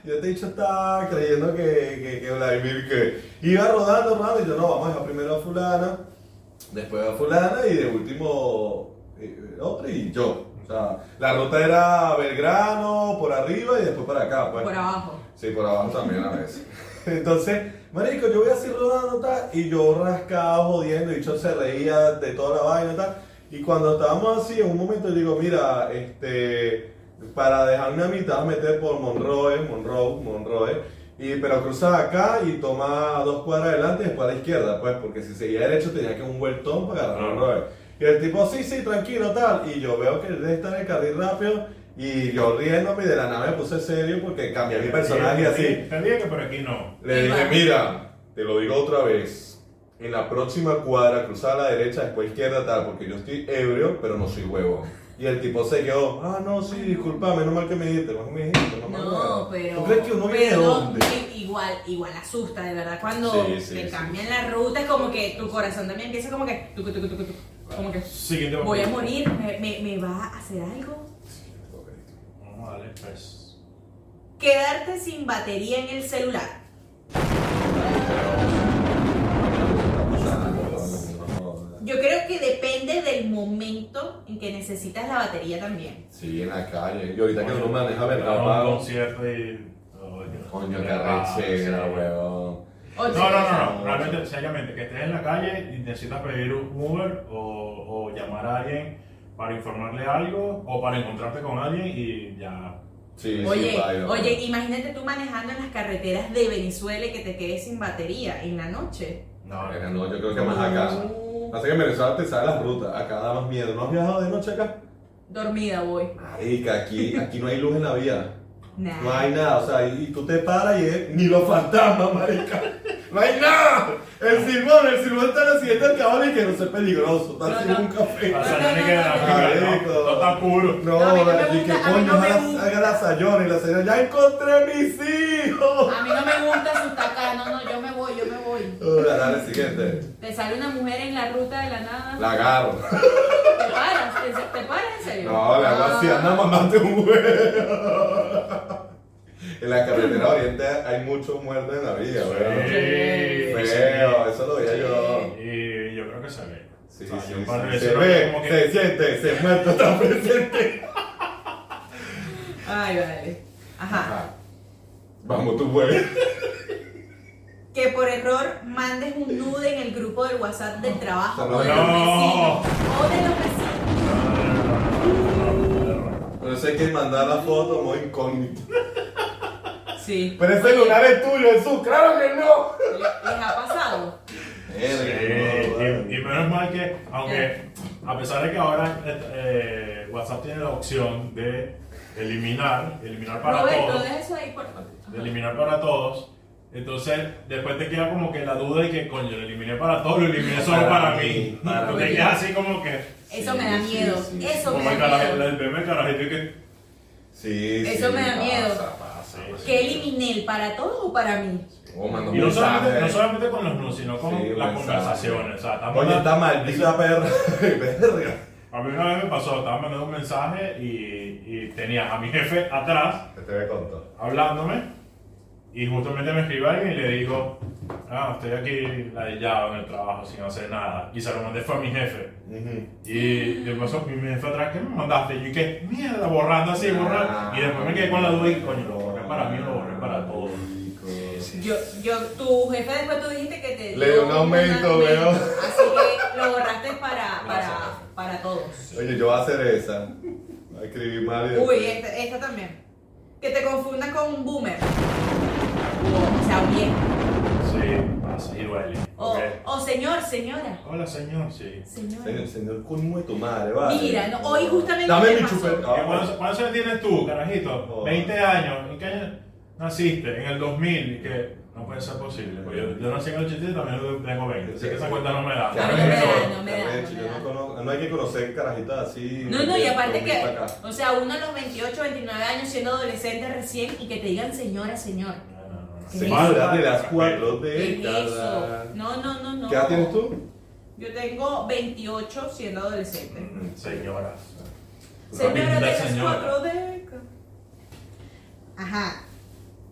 yo te he dicho, estaba creyendo que, que, que Vladimir que iba rodando, rodando. Y yo, no, vamos a dejar primero a Fulana, después a Fulana y de último eh, otro y yo. O sea, la ruta era Belgrano, por arriba y después para acá. Pues. Por abajo. Sí, por abajo también a veces. Entonces, marico, yo voy así rodando tal, y yo rascado, jodiendo, y yo se reía de toda la vaina tal. Y cuando estábamos así, en un momento yo digo, mira, este, para dejarme a mitad meter por Monroe, Monroe, Monroe, y, pero cruzas acá y toma dos cuadras adelante y después a la izquierda, pues, porque si seguía derecho tenía que un vueltón para agarrar Monroe. Y el tipo, sí, sí, tranquilo, tal. Y yo veo que él debe estar en el carril rápido Y yo riéndome y de la nada me puse serio porque cambié mi personaje y así. Te dije que por aquí no. Le dije, mira, te lo digo otra vez. En la próxima cuadra, cruzar a la derecha, después izquierda, tal, porque yo estoy ebrio, pero no soy huevo. Y el tipo se quedó, ah, no, sí, disculpa, menos mal que me dijiste, menos mal que me dijiste, no me No, acuerdo". pero. ¿Tú crees que uno viene de pero dónde? i- Igual, igual asusta, de verdad. Cuando Sí, sí, te sí. cambian la ruta, es como que tu corazón también empieza como que. tucu, tucu, tucu, tucu, como que. Siguiente Voy a papel. morir, me, me- me va a hacer algo. Ok. Vamos a darle, pues. Quedarte sin batería en el celular. Yo creo que depende del momento en que necesitas la batería también. Sí, en la calle. Y ahorita que uno maneja Era verdad, un pago. concierto y. oh, Coño, qué verdad, arrechera, sí. huevón. O No, no, no, no, realmente, seriamente, que estés en la calle y necesitas pedir un Uber o, o llamar a alguien para informarle algo o para encontrarte con alguien y ya. Sí, sí, Oye, paga. oye, imagínate tú manejando en las carreteras de Venezuela y que te quedes sin batería en la noche. No, Verga, No, yo creo que más acá. Uh, Así que en Venezuela te sale las rutas. Acá da más miedo. ¿No has viajado de noche acá? dormida voy. Marica, aquí, aquí no hay luz en la vía. Nah. No hay nada, o sea, y, y tú te paras y es ni los fantasmas, marica. No hay nada. El silbón, el silbón está en la siguiente alcabala y que no sea peligroso. Está No, haciendo no. un café. O sea, no te queda la Marico. pica, no, no está puro. No, a mí no me y que gusta, a mí coño, no me haga- gusta. haga la sayona y la sayona. ¡Ya encontré mis hijos! A mí no me gusta asustar acá. No, no, yo me voy, yo me voy. Ahora, dale, siguiente. Te sale una mujer en la ruta de la nada. La agarro. Te paras, te, te paras en serio. No, la hago así, Ah. anda, mamaste un huevo. En la carretera oriente hay muchos muertos en la vía, weón. Feo, eso lo veía yo. Y yo creo que se ve. Sí, O sea, sí, yo un sí, par de veces se lo ve, como que- se siente, se muerto, está presente. Ay, vale. Ajá. Ajá. Vamos, tú puedes. Que por error mandes un nude en el grupo del WhatsApp del trabajo No. o de los vecinos. O de los vecinos. Pero eso hay que mandar la foto muy incógnita. Sí. Pero el celular es tuyo, Jesús, claro que no. ¿Les ha pasado? Sí, y, y menos mal que, aunque a pesar de que ahora eh, WhatsApp tiene la opción de eliminar, eliminar para Roberto, todos, deja eso ahí, por favor. de eliminar para todos, entonces después te queda como que la duda de que, coño, lo eliminé para todos, lo eliminé solo Para para, mí, mí. para Tú mí. te quedas así como que, Eso Sí, me da sí, miedo. sí. Eso como me el, da carajo- miedo. el primer carajito y que, Sí, Eso sí, me da pasa, miedo. pasa, Sí, pasa. ¿Qué eliminé? ¿El para todos o para mí? Oh, mando y no solamente, mensajes. no solamente con los no, sino con Sí, las mensaje. conversaciones. O sea, estamos Coño, hablando- está maldita perra. Verga. A mí una vez me pasó, estaba mandando un mensaje y, y tenía a mi jefe atrás Te voy a contar. hablándome y justamente me escribió alguien y le digo, ah, estoy aquí ladillado en el trabajo sin hacer nada. Y se lo mandé fue a mi jefe. Y yo pasó, mi jefe atrás, ¿qué me mandaste? Y yo, ¿qué? Mierda, borrando así, Ah. borrando. Y después me quedé con la duda y coño, lo borré para mí, lo borré para todos. Yo, yo, tu jefe después tú dijiste que te Le dio dio un aumento, weón. Así que lo borraste para, para, para todos. Oye, yo voy a hacer esa. Voy a escribir mal. y después- Uy, eh. esta, esta también. Que te confundan con un boomer. O, o sea, bien. Sí, pasa y duele. O, Ok. o señor, señora. Hola, señor, sí. Señor, Señora. señor, coño de tu madre, vale. Mira, no, hoy justamente Dame me mi Ah, pasó. chupete. ¿Qué- ¿Cuántos cuántos años tienes tú, carajito? Joder. 20 años. ¿En qué año naciste? En el 2000. Y que no puede ser posible. porque Yo, yo nací en el 80 y también tengo 20. Así que esa cuenta no me da. Ya A mí ves, no me da, eso, no me ya da, ves, no me yo da. no conozco- no hay que conocer carajitas así. No, no, de- y de aparte dormir que, pa' acá. o sea, uno a los 28, 29 años siendo adolescente recién y que te digan señora, señor. No, no, no, no. Sí. Señora de las cuatro ¿Qué es eso? décadas. No, no, no, no. ¿Qué edad tienes tú? Yo tengo 28 siendo adolescente. Señora. Señora de Linda las señora. cuatro décadas. Ajá.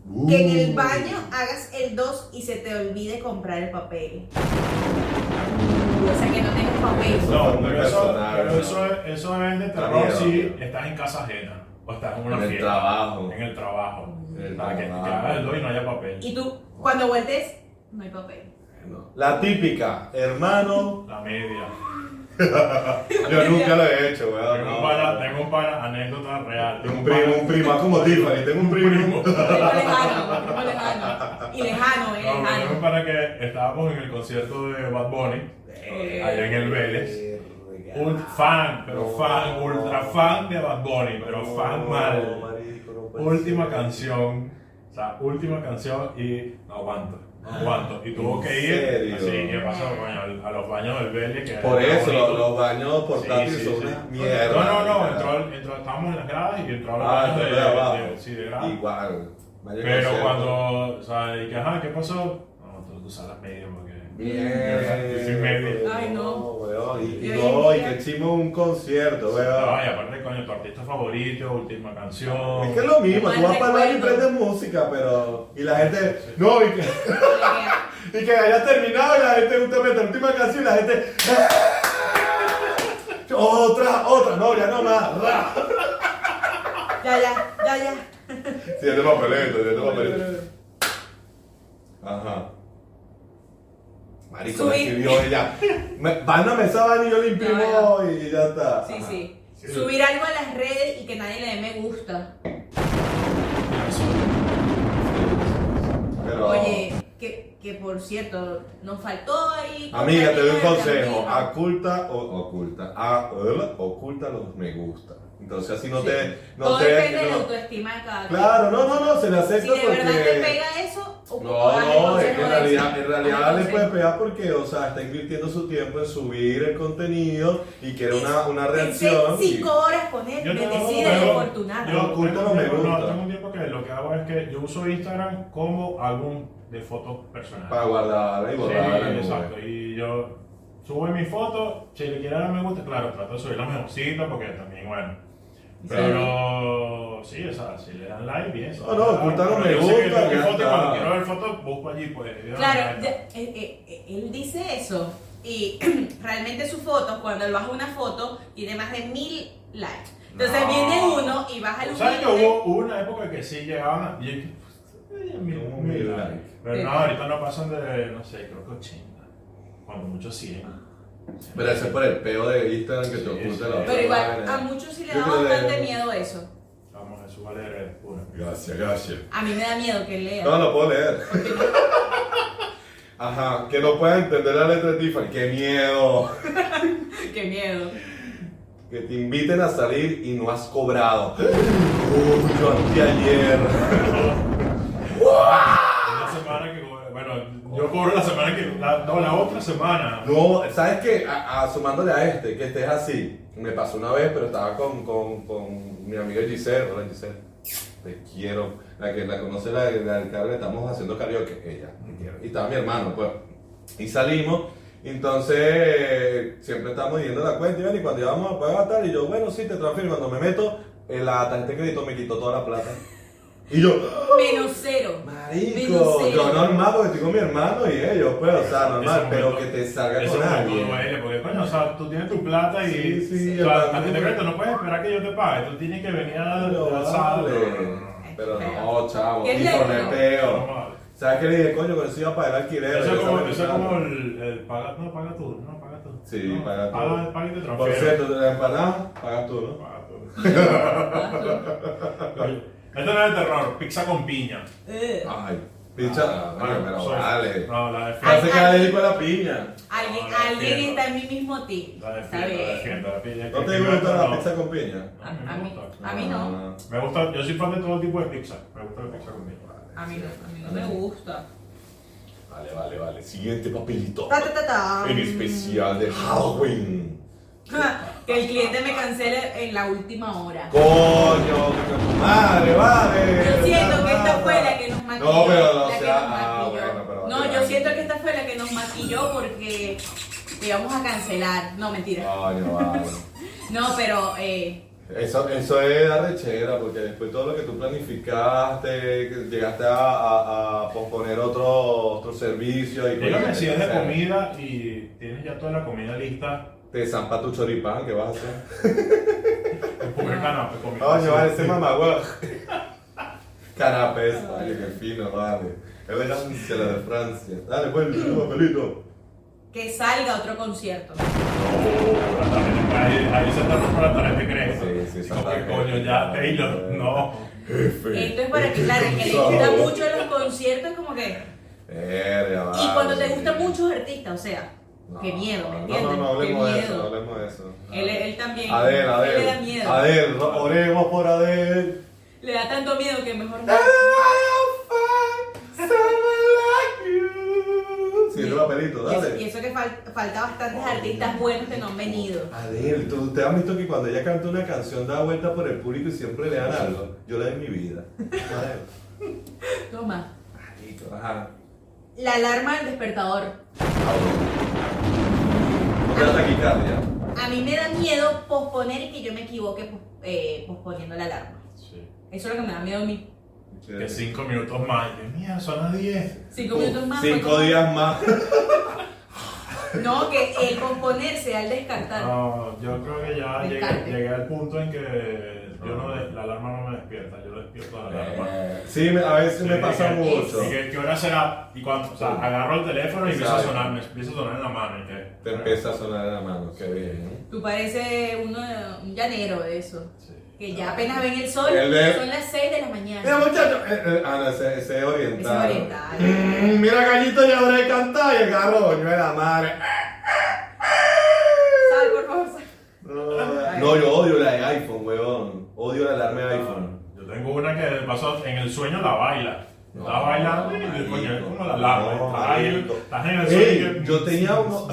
Uh. Que en el baño hagas el 2 y se te olvide comprar el papel. O sea, que no tengas papel. Eso No, fue muy pero, eso, personal, pero ¿no? eso, es, eso es de miedo. terror si estás en casa ajena o estás en una En el fiesta. trabajo. En el trabajo. En el Para que te trabajo. hagas el dos y no haya papel. Y tú, cuando vueltes, no hay papel. No. La típica, hermano. La media. Yo nunca lo he hecho, weón. Tengo no. un pana, tengo un pana, anécdota real. Tengo un pana- primo, un primo, ah, como Tiffany, tengo un primo. Un primo lejano, un primo lejano. Y lejano, eh, No, me acuerdo lejano. para que estábamos en el concierto de Bad Bunny, allá en el Vélez, Un fan, pero fan, ultra fan de Bad Bunny, pero fan mal. Pues, última canción, o sea, última canción y no aguanto, no aguanto. Y Ah, tuvo ¿En que ir, serio? así que pasó coño, al- a los baños del Vélez. Que Por era eso, bonito. los, los baños portátiles Sí, sí, son sí. una mierda. No, no, no, entró, al- entró- estábamos en las gradas y entró a los Ah, baños entró de, de abajo. de- sí, de gradas. Igual. vaya Pero concierto. cuando, o sea, y que, ajá, ¿qué pasó? No, tú, tú sabes medio porque... Mierda. Yo soy medio. Ay, no. weón. Y, y Y hoy en no, y día- que chimo un concierto, weón. Ay, aparte con tu artista favorito, última canción. Es que es lo mismo, tú Mal vas para el baño y recuerdo. prendes música, pero. Y la gente. No, y que, Mira, y que haya terminado y la gente gusta meter la última canción y la gente. Otra, otra, no, ya no más. ra. Ya, ya, ya, ya. Siguiente este papelito, siguiente papelito. Ajá. Marico, me Subí. escribió ella. Me, mándame esa vaina y yo le imprimo No, y ya está. Sí, Ajá. sí. Subir algo a las redes y que nadie le dé me gusta. Pero. Oye, que, que por cierto, nos faltó ahí. Amiga, te doy un compañía, consejo. Ah, amigo. Oculta o oculta. ah, ¿verdad? oculta los me gusta. Entonces así no Sí. te. No Todo te depende de la no- autoestima de cada quien. Claro, no, no, no, se le Si acepta de porque. verdad te pega eso, o no, no, es que en realidad, en realidad le puede puede pegar porque, o sea, está invirtiendo su tiempo en subir el contenido y quiere una, una reacción. y- Cinco horas con él, Yo tengo- bendecida y yo- afortunada. Yo Oculta tengo los un me tiempo- Ah, no, gusta. tengo un tiempo que lo que hago es que yo uso Instagram como álbum de fotos personales. Para guardarla y Sí, borrarla. en la nube. exacto. Y yo subo mi foto, si le quiere dar me gusta, claro, trato de subir la mejorcita porque también, bueno. Pero sí, o sea, si le dan like, bien. No, no, ocultar los Pero me yo sé que gusta, tengo mi ya foto y está. Cuando quiero ver fotos, busco allí, pues. yo, Claro, ya, ya- eh, eh, eh, él dice eso. Y realmente su foto, cuando él baja una foto, tiene más de mil likes. Entonces No. viene uno y baja el O sea, que humilde. hubo, hubo una época que sí llegaban a... y- Ay, mil- Hubo mil mil likes. likes. Pero Sí. no, ahorita no pasan de, no sé, creo que 80. Cuando mucho 100. Pero eso es por el peo de Instagram que te Sí, oculta sí. la Pero igual, vaina. a muchos sí le Yo da creo que- bastante miedo eso. Vamos, eso vale eres pura. Gracias, gracias. A mí me da miedo que él lea. No, no puedo leer. Ajá, que no puedas entender la letra de Tiffany. ¡Qué miedo! Qué miedo. Que te inviten a salir y no has cobrado. Uy, yo anteayer. Una semana que... Bueno, yo cobro la semana que... la- no, la otra semana. No, ¿sabes qué? A- a- sumándole a este, que estés así. Me pasó una vez, pero estaba con, con, con mi amiga Giselle. Hola, Giselle. Te quiero. La que la conoce, la, la del carro, estamos haciendo karaoke. Ella, te quiero. Y estaba mi hermano, pues. Y salimos. Entonces, eh, siempre estamos yendo la cuenta, y bueno, y cuando íbamos a pagar tal, y yo, bueno, sí, te transfiero. Y cuando me meto, eh, la tarjeta de crédito me quitó toda la plata. Y yo, Menos cero. Menos Marico, cero. yo normal porque estoy con mi hermano y ellos, pues, o sea, normal, Ese pero momento- que te salga Eso con no alguien. duele, porque coño, o sea, tú tienes tu plata y... Sí, sí, o hermano. sea, a ti te crédito, no puedes esperar que yo te pague, tú tienes que venir a... Pero a- vale. Pero no, chavo, ¿Qué y es con eso? el peo. No, no. ¿Sabes qué le dije, coño? Con eso iba a pagar el alquiler. Eso es ya se como, me eso es quitaron. como el, el paga, no, paga tú, no, paga tú. Sí, No, paga tú. Paga, paga y te Por transfiero. cierto, de la empanada, pagas tú, ¿no? Paga tú. Esto no es de terror, pizza con piña. Eh. Ay, pincha. Ah, Bueno, pero soy- vale. No, la defiendo. Parece que la dedico a la piña. Alguien, No, la alguien defiendo. está en mi mismo team. La Está defiendo, la bien. defiendo. La piña, ¿No que- te que gusta la no. pizza con piña? No, A, me a mí, gusta. a mí no. Me gusta, yo soy fan de todo tipo de pizza. Me gusta la pizza con piña. A mí no, a mí no me gusta. Vale, vale, vale. Siguiente papelito. Ta, ta, ta, ta. En especial de Halloween. Que el cliente me cancele en la última hora. Coño, que madre, vale. Yo siento que esta fue la que nos maquilló. No, pero no, la que o sea, nos ah, maquilló. bueno, pero No, vale, yo vale. siento que esta fue la que nos maquilló porque te íbamos a cancelar. No, mentira. Coño, vale. No, pero eh, Eso, eso es arrechera, porque después todo lo que tú planificaste, que llegaste a, a- a posponer otro, otro servicio y Dígame coño, si es o de sea, comida y tienes ya toda la comida lista. Te zampa tu choripán, ¿qué vas a hacer? Descubrí canapé con mi Coño, vale, ese casa. mamagüey. Canapés, vale, qué fino, vale. Elegancia la de Francia. Dale, pues, el último papelito. que salga otro concierto. Oh, la tarjeta- Ahí ahí se te rompe la tarjeta de crédito. Sí, sí, esa Como que, tarjeta. coño, ya, Taylor, no. Jefe. Esto es para que, claro, que le gusta mucho los conciertos, como que. Verga, Y cuando te vale. gustan muchos artistas, o sea, No, Qué miedo, ¿me no, entiendes? No, no, no hablemos Qué de eso, miedo. no hablemos de eso. Él, él también. Adel, Él le da Adel. miedo. Adel, ro- oremos por Adel. Le da tanto miedo que mejor Ah, no. Sí, tú la pelito, Y eso, y dale. eso que fal- falta bastantes artistas buenos que no han venido. Adel, ¿tú, ¿te has visto que cuando ella canta una canción da vuelta por el público y siempre le dan algo? Yo la de mi vida. Adel. Toma. Marico, ajá. La alarma del despertador. Cabrón. No te da taquicardia. A mí me da miedo posponer y que yo me equivoque pos- eh, posponiendo la alarma. Sí. Eso es lo que me da miedo a mí. Que cinco minutos más. Dios mío, son las 10. Cinco minutos más. Cinco pues, días más. No, que el posponer sea el Ah. descartar. No, yo creo que ya llegué, Descarte. llegué al punto en que yo no, de- la alarma no me despierta, yo despierto la alarma. Sí, me- a veces me pasa Eh, Sí, mucho. ¿Y qué, qué hora será? Y cuando, o sea, Sí. agarro el teléfono y empieza a Exacto. sonar, me empieza a sonar en la mano. ¿y qué? Te empieza a sonar en la mano, qué bien. Tú pareces uno, un llanero de eso. Sí. Que ya apenas ven el sol, El de- son las 6 de la Mira mañana. muchachos, eh, eh, ah no, ese, ese es oriental. Ese es oriental. Mm, mira gallito ya habré cantado y el carro coño de la madre. Sal, por favor, sal. No, no, yo odio la de iPhone, weón. Odio la alarma de iPhone. Yo tengo una que pasó en el sueño la baila. No, la baila, y el marico. coño, es como la lava. No, estás, ahí, marico. estás en el sueño. y Ey, que- yo tenía uno,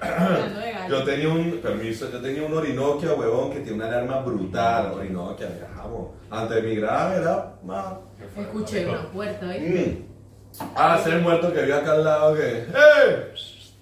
Hablando de gato. yo tenía un, permiso, yo tenía un Orinoquia, huevón, que tiene una alarma brutal. Orinoquia, viajamos. Antes de migrar era más. Escuché una puerta, ¿eh? Mm. Ah, ser muerto que vio acá al lado que. ¡Eh!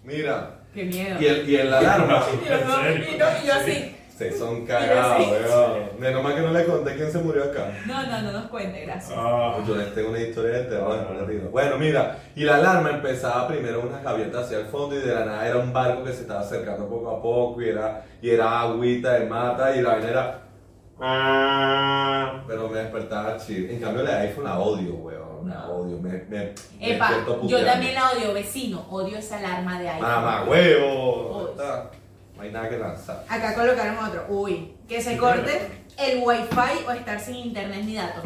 Mira. Qué miedo. Y el, y el alarma. Y yo, no, y no, y yo así. Se son cagados, Sí. weón. Menos mal que no le conté quién se murió acá. No, no, no nos cuente, gracias. Ah, Yo les tengo una historia de terror, no les digo. Bueno, mira, y la alarma empezaba primero unas gaviotas hacia el fondo y de la nada era un barco que se estaba acercando poco a poco y era, y era agüita de mata y la vaina era. Ah. Pero me despertaba chill. En cambio, la de iPhone la odio, weón. La odio. Me, me, me Epa, despierto yo puteando. Ah, también la odio, vecino. Odio esa alarma de aire. Mamá, huevo. Está. No hay nada que lanzar. Acá colocaron otro. Uy, que se corte el wifi o estar sin internet ni datos.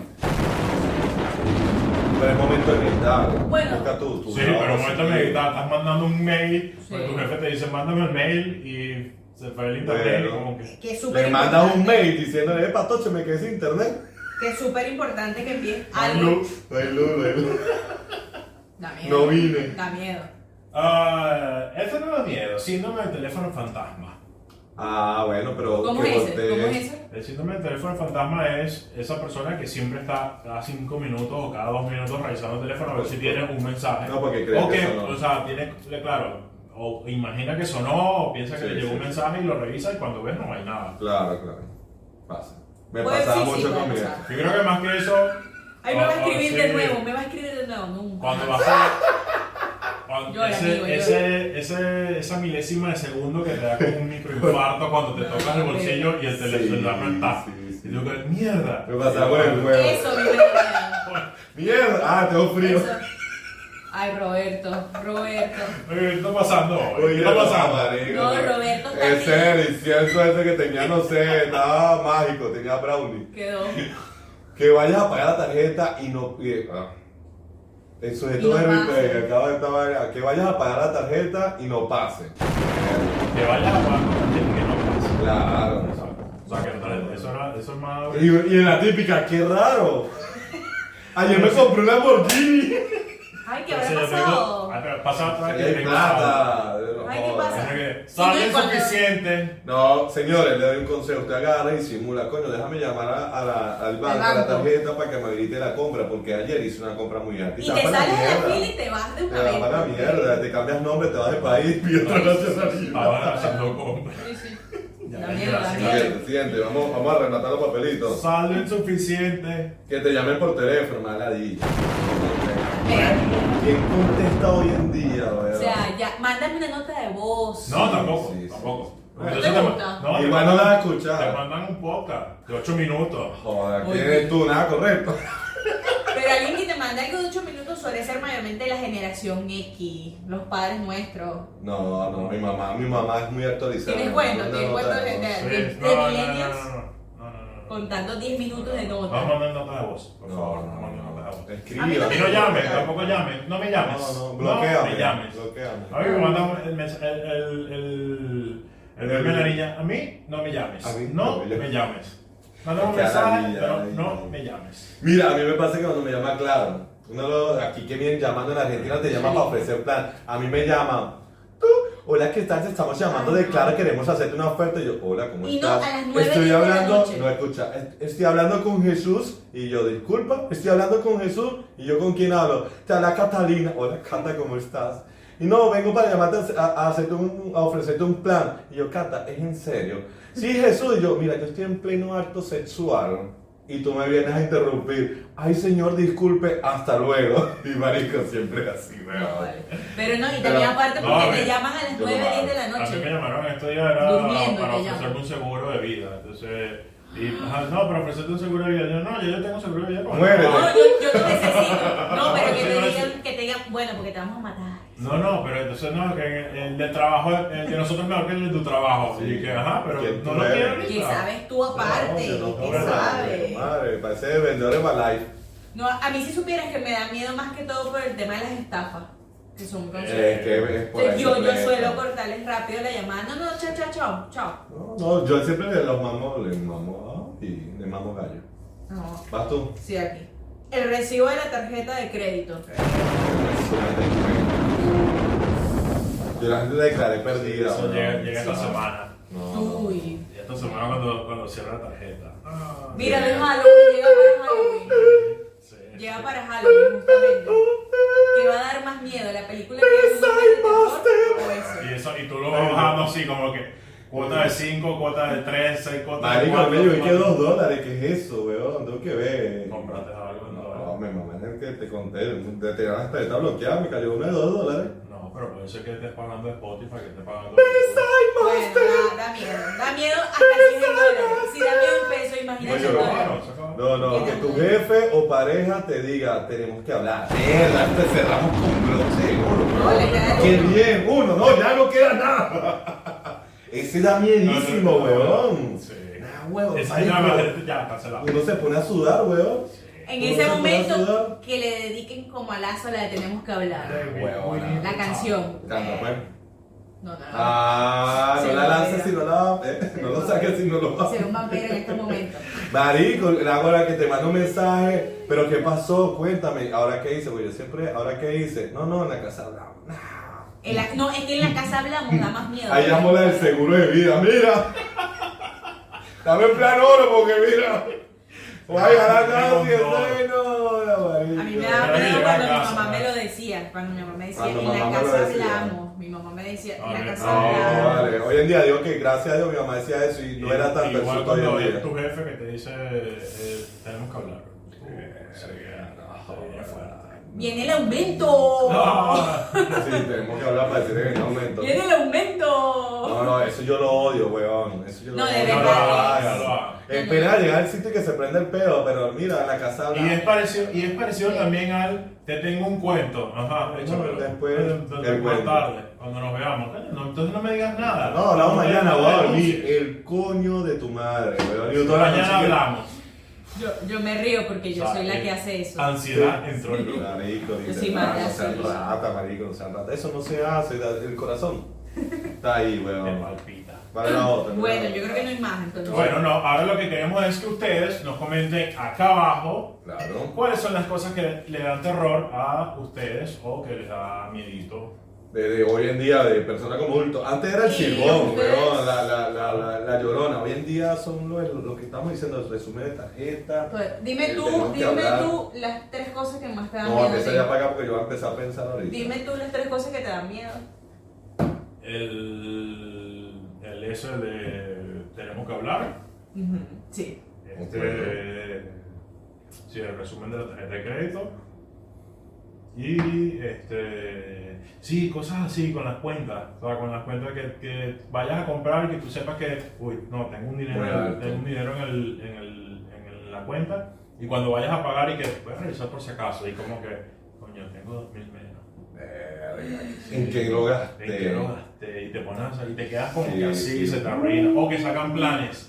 Pero es momento de gritar. Bueno. Busca tú, tú. sí, pero muéstrame, estás, estás mandando un mail, Sí. pues tu jefe te dice, mándame el mail y se fue el internet Bueno. y como que... Que es súper Le manda un importante- mail diciéndole, epa, toche, me quedé sin internet. Que es súper importante que envíes algo. Algo. No hay luz, no hay luz. Da miedo. No vine. Da miedo. Ah, ese no da miedo, síndrome del teléfono fantasma. Ah, bueno, pero ¿Cómo que es eso? voltee. ¿Cómo es eso? El síndrome del teléfono fantasma es esa persona que siempre está cada cinco minutos o cada dos minutos revisando el teléfono a ver si tiene un mensaje. No, porque cree o que que, sonó. o sea, tiene, le- claro, o imagina que sonó, o piensa que Sí, le llegó sí. un mensaje y lo revisa y cuando ves no hay nada. Claro, claro. Pasa. Me Pues pasaba sí, sí, mucho puede conmigo. pasar. Yo creo que más que eso, Ay, me va a Ah, escribir sí. de nuevo, me va a escribir de nuevo. Nunca. cuando vas a... cuando- Llora, ese- amigo, llora. ese- ese- esa milésima de segundo que te da como un microinfarto cuando te tocas el bolsillo y el teléfono no está. sí, sí. Y yo que mierda. Me pasaba con el huevo. Eso a mí me da Mierda. Ah, tengo miedo. frío. Eso. Ay, Roberto, Roberto. Oye, ¿Qué está pasando? ¿Qué Oye, está pasando? marico. No, Roberto también. Ese delicioso ese que tenía, no sé, estaba mágico, tenía brownie. Quedó. Que vayas a pagar la tarjeta y no pides. Ah. El sujeto Y no de pase. RP, que acaba de estar vaina, que vayas a pagar la tarjeta y no pase. Que vayas a jugar con gente que no conoces. Claro. Exacto. O sea, que en realidad eso, era- eso es más... Y, y en la típica, qué raro. Ayer me compré una Lamborghini. Ay, ¿qué Pero si habrá yo tengo- pasado? Ay, pero pasa otra vez Ahí que hay tengo plata. Ay, ¿qué Joder. pasa? que Sí, Sale no, cuando- suficiente. No, señores, le doy un consejo. Usted agarra y simula, coño, déjame llamar a- a la- al banco, a la banco. tarjeta para que me habilite la compra, porque ayer hice una compra muy alta. Y vas te para la sales de la mierda. fila y te vas de Te una vas vez. para la mierda, te cambias nombre, te vas de país, y otra nacionalidad. Ahora haciendo compra. Sí, sí. Ya, La ya, mierda, ya. la mierda. Siguiente, siguiente, vamos, vamos a rematar los papelitos. Sale suficiente. Que te llamen por teléfono, maladilla. ¿Quién contesta hoy en día, O weón? sea, ya, mándame una nota de voz. No, tampoco. sí, sí. tampoco. ¿No te Entonces te ma- gusta? no, te Igual no la vas a Te escuchar. mandan un podcast de 8 minutos. Joder, Oye. ¿quién eres tú? Nada correcto. Pero alguien que te manda algo de 8 minutos suele ser mayormente la generación X, los padres nuestros. No, no, mi mamá, mi mamá es muy actualizada. Tienes cuento, No, tienes no, cuento no, de, no. de, Sí. de- de No, no, no, millennials no, no, no, no, no, no. contando 10 minutos de No nota. manden nota de voz, por No, favor. no, No manden no. nota de voz. Escriba. Y no llames, tampoco llames, no me llames. No, no, me bloqueame. llames. bloqueame. A mí me mandan el mens- el, el, el, el meme de la niña, a mí no me llames, A mí no no me me llames. Mandame un Qué mensaje, maravilla, pero ay, no no. me llames. Mira, a mí me pasa que cuando me llama Claro, uno lo- aquí que vienen llamando en Argentina te llama para ofrecer plan. A mí me llama, tú, hola, ¿qué tal? Te estamos llamando de Claro, queremos hacerte una oferta. Y yo, hola, ¿cómo Y no, estás? a las nueve de estoy la hablando, noche. no escucha, est- estoy hablando con Jesús y yo, disculpa, estoy hablando con Jesús y yo, ¿con quién hablo? Te habla Catalina, hola, Cata, ¿cómo estás? Y no, vengo para llamarte a, a hacerte un, a ofrecerte un plan. Y yo, Cata, es en serio. Sí, Jesús, y yo, mira, yo estoy en pleno acto sexual. Y tú me vienes a interrumpir. Ay, señor, disculpe, hasta luego. Y marico, siempre así, No, weón. vale. Pero no, y Pero- también aparte no, porque a te ver, llaman a las yo 9, no 10 de la A mí me noche. llamaron en estos días era Durmiendo para te llaman. ofrecerme un seguro de vida, entonces... Y, ajá, no, pero ofrecerte un seguro de vida. Yo, no, yo ya tengo seguro de vida. con- Muérete. No, yo, yo no necesito. No, pero que Sí, te no, digan, que te digan, bueno, porque te vamos a matar. No, no, pero entonces no, que el, el de trabajo, el de nosotros mejor que el de tu trabajo. Sí. Y que, ajá, pero Que tú no lo eres. quiero Que ahorita. sabes tú aparte, No, yo no, que no, sabes. Madre, parece vendedor de Balife. No, a mí si supieras que me da miedo más que todo por el tema de las estafas, que son groseras. Es que es por ahí Pues yo, yo siempre- suelo cortarles rápido la llamada. No, no, chao, chao, chao, chao. No, no, yo siempre le los mamo, le mamo ah, y le mamo gallo. No, ¿Vas tú? sí, aquí. El recibo de la tarjeta de crédito. Yo la gente la declaré perdida. Eso weón. llega, llega esta semana. No. Uy. Y esta semana cuando, cuando cierra la tarjeta. Ah, Mira, Bien. es Halloween, llega para Halloween. sí. Llega para Halloween, justamente. ¿Qué va a dar más miedo? ¿La película que es o eso? Y, eso, y tú lo vas bajando así como que cuota de 5, cuota de 3, 6 cuotas de Marico, 4. coño, vi que dos dólares, ¿qué es eso, weón? Tengo que ver. Compraste algo en No, dólares. me mamá es el que te conté, te tiraron hasta esta bloqueada, me cayó una de dos dólares. No, pero puede ser que estés pagando Spotify, que estés pagando. Bueno, da, da miedo. Da miedo hasta 100 dólares. Si da miedo un peso, imagínate. Bueno, Oye, el lo dólar. pagaron, se acabó. No, no, que tu jefe o pareja te diga, tenemos que hablar. Mierda, te cerramos con broche de oro. No, le queda Qué uno. bien, uno, no, ya no queda nada. Ese da miedísimo, No, no, no, no. weón. Sí. Nah, weón, Ese ya, va a marico. ser- ya, cancelado. Uno se pone a sudar, weón. En Uno se ese pone a sudar. momento que le dediquen como a Lazo la de Tenemos que hablar. Huevona. La canción. Canta, pues. No, no, no. Ah, no Se la lo lances pega. si no la. eh, Se no lo lo saques si no lo vas. Ser un vampiro en este momento. Marico, ahora que te mando un mensaje, pero ¿qué pasó? Cuéntame, ¿ahora qué hice? Porque yo siempre, ¿ahora qué hice? No, no, en la casa hablamos. Nah. En la- no, es que en la casa hablamos, da más miedo. Ahí llamo la del seguro de vida, mira. Dame el plan oro porque mira. Voy Ah, a ganar nada, si es bueno, marico. A mí me daba Ahora miedo llega cuando a mi casa. mamá me lo decía. Cuando mi mamá me decía, Cuando en la mamá me lo casa decía. hablamos. Mi mamá me decía, en Ay, la casa No, hablamos. vale. Hoy en día digo que gracias a Dios mi mamá decía eso y no era tan Igual perfecto hoy cuando en es día. tu jefe que te dice, eh, tenemos que hablar. Sí, no, ya fuerte. Viene el aumento. No. Sí, tenemos que hablar para decirle que no aumento. Viene el aumento. No, no, eso yo lo odio, weón. Eso yo No, lo de odio. verdad. hagas. No lo hagas. Espera a llegar al sitio y que se prende el pedo, pero mira, la casa habla. Y es parecido, y es parecido también al te tengo un cuento. Ajá, échamelo. después Eh, el más cuento. tarde, cuando nos veamos. Coño, no, entonces no me digas nada. No, hablamos mañana, me voy a dormir. anuncies. El coño de tu madre, weón. Y toda la Mañana noche que- hablamos. Yo, yo me río porque yo O sea, soy la eh, que hace eso. Ansiedad entró en grupo. Marico, Yo dice, soy "Ah, mala, no sean sí. rata, marico, no sean rata. Eso no se hace, da- el corazón. Está ahí, Te weón. palpita. Para la otra. Bueno, yo creo que no hay más entonces. Bueno, no, ahora lo que queremos es que ustedes nos comenten acá abajo Claro. ¿Cuáles son las cosas que le dan terror a ustedes o que les da miedito? Desde hoy en día, de persona como adulto. Antes era el Sí, silbón, ustedes- weón, la, la, la, la, la llorona. Hoy en día son los, los que estamos diciendo, el resumen de tarjeta. Pues, Dime Eh, tú, tenemos que dime hablar. tú las tres cosas que más te dan No, miedo. empieza ya Pues, Dime- para acá porque yo voy a empezar a pensar ahorita. Dime tú las tres cosas que te dan miedo. El, el eso de tenemos que hablar. Ujú, Sí. Este, sí, el resumen de la tarjeta de crédito. Y este, sí, cosas así con las cuentas. O sea, con las cuentas que, que vayas a comprar y que tú sepas que, uy, no, tengo un dinero, Muy alto. tengo un dinero en, el, en, el, en el- la cuenta. Y cuando vayas a pagar y que voy a revisar por si acaso. Y como que, coño, tengo dos mil menos. Verga, ¿En qué lo gasté? Te quedaste y te pones a- y te quedas como Sí, que así sí. se te arruina. O que sacan planes.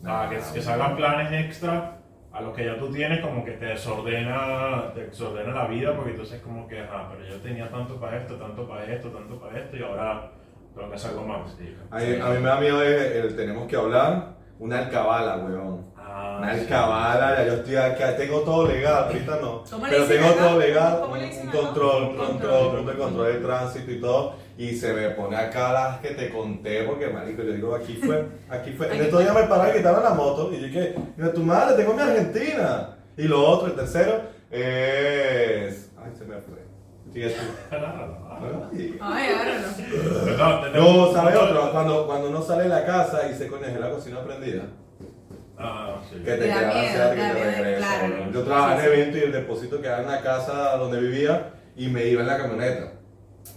No, Ah, que, que no. salgan planes extra. a los que ya tú tienes como que te desordena, te desordena la vida porque entonces como que, ah, pero yo tenía tanto para esto, tanto para esto, tanto para esto y ahora tengo que hacer algo más. Y- A mí, a mí me da miedo el, el tenemos que hablar, una alcabala, weón. Ah, Una sí. alcabala, ya yo estoy acá, tengo todo legal, ahorita no. ¿Cómo le Pero dicen tengo acá? todo legal, ¿Cómo un, le un dicen acá? control, Un control, control. punto de control de tránsito y todo. Y se me pone acá las que te conté, porque marico, yo digo, aquí fue, aquí fue. En Aquí estos días fue. me paraba que estaba en la moto y yo que, mira, tu madre, tengo mi Argentina. Y lo otro, el tercero, es. Ay, se me fue. Sigue tú. Ah. Ay. Ay, ahora no. No, te- te- No, ¿sabes otro? Cuando, cuando uno sale de la casa y se congeló la cocina prendida. Ah, sí. Que te Da quedas miedo, cerca y da te miedo, regresas. claro. Yo trabajaba Sí, en sí. evento y el depósito quedaba en la casa donde vivía y me iba en la camioneta.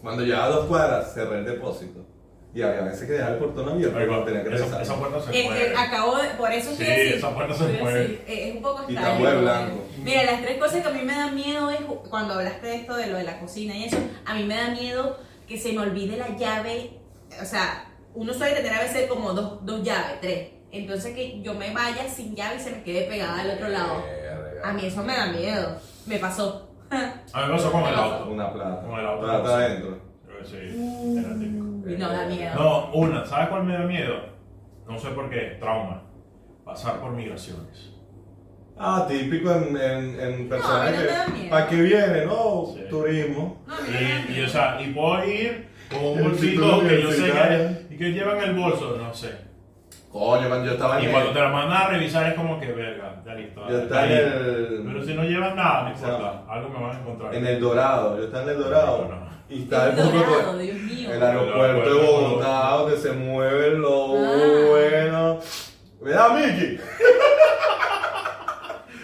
Cuando llegaba a dos cuadras, cerré el depósito. Y había veces que dejaba el portón abierto Ay, porque bueno, tenía que esa, regresar. esa puerta se Es que mueve. acabo de, por eso Sí, estoy así. esa puerta se Estoy así. mueve. Eh, Es un poco Y extraño. tambor blanco. Mira, las tres cosas que a mí me dan miedo es cuando hablaste de esto de lo de la cocina y eso, a mí me da miedo que se me olvide la llave, o sea, uno suele tener a veces como dos, dos llaves, tres. Entonces que yo me vaya sin llave y se me quede pegada al Ah, otro lado. Eh, Verga. A mí eso me da miedo. Me pasó. A mí me pasó con el auto. Una plata. Con el auto. Plata adentro. Creo que sí, era típico. Uy, no da miedo. Eh, No, una, ¿sabes cuál me da miedo? No sé por qué, trauma. Pasar por migraciones. Ah, típico en, en, en personas a mí no me da que. miedo. ¿Para qué viene? No, Sí. turismo. No, a mí no me da Y, y, miedo. o sea, y puedo ir con un El título bolsito que yo sé universitario. que, y que llevan el bolso, no sé. Coño, man, yo estaba en Y el- cuando te la mandan a revisar es como que, verga, ya listo. Yo ya estaba en ahí. el. Pero si no llevas nada, no O sea, importa, algo me van a encontrar. En el Dorado, yo estaba en el Dorado. No, no. Y estaba el poco Dorado, Dios mío. El aeropuerto de Bogotá, donde se mueve lo Ah. bueno. ¿Verdad, Miki?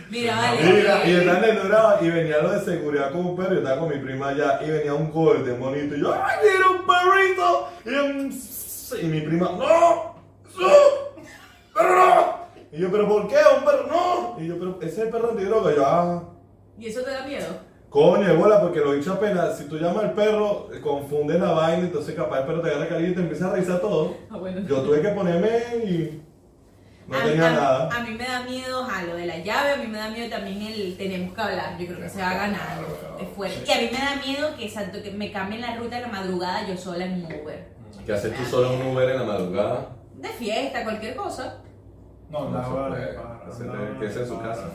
Mira, vale. Mira, y estaba en el Dorado y venía lo de seguridad con un perro. Yo estaba con mi prima allá y venía un golden bonito. Y yo, ¡ay, quiero un perrito! Y, yo, "Mm, y mi prima, ¡no! ¡No! ¡Pero no! Y yo, ¿pero por qué? ¿Un perro? ¡No! Y yo, ¿pero ese es el perro antidroga? Y yo, ¡ah! ¿Y eso te da miedo? Coño, bola, porque lo he dicho apenas, si tú llamas al perro, eh, confundes la vaina, entonces capaz el perro te agarra caliente y te empieza a revisar todo. Ah, bueno. Yo tuve que ponerme y no a, tenía a- nada. a mí me da miedo a lo de la llave, a mí me da miedo también el tenemos que hablar. Yo creo que se va a ganar. Es fuerte. Y a mí me da miedo que, exacto, que me cambien la ruta de la madrugada yo sola en un Uber. ¿Qué haces tú solo en un Uber en la madrugada? Mm. De fiesta, cualquier cosa. No, No la se puede. verdad. Se te- que es en su casa.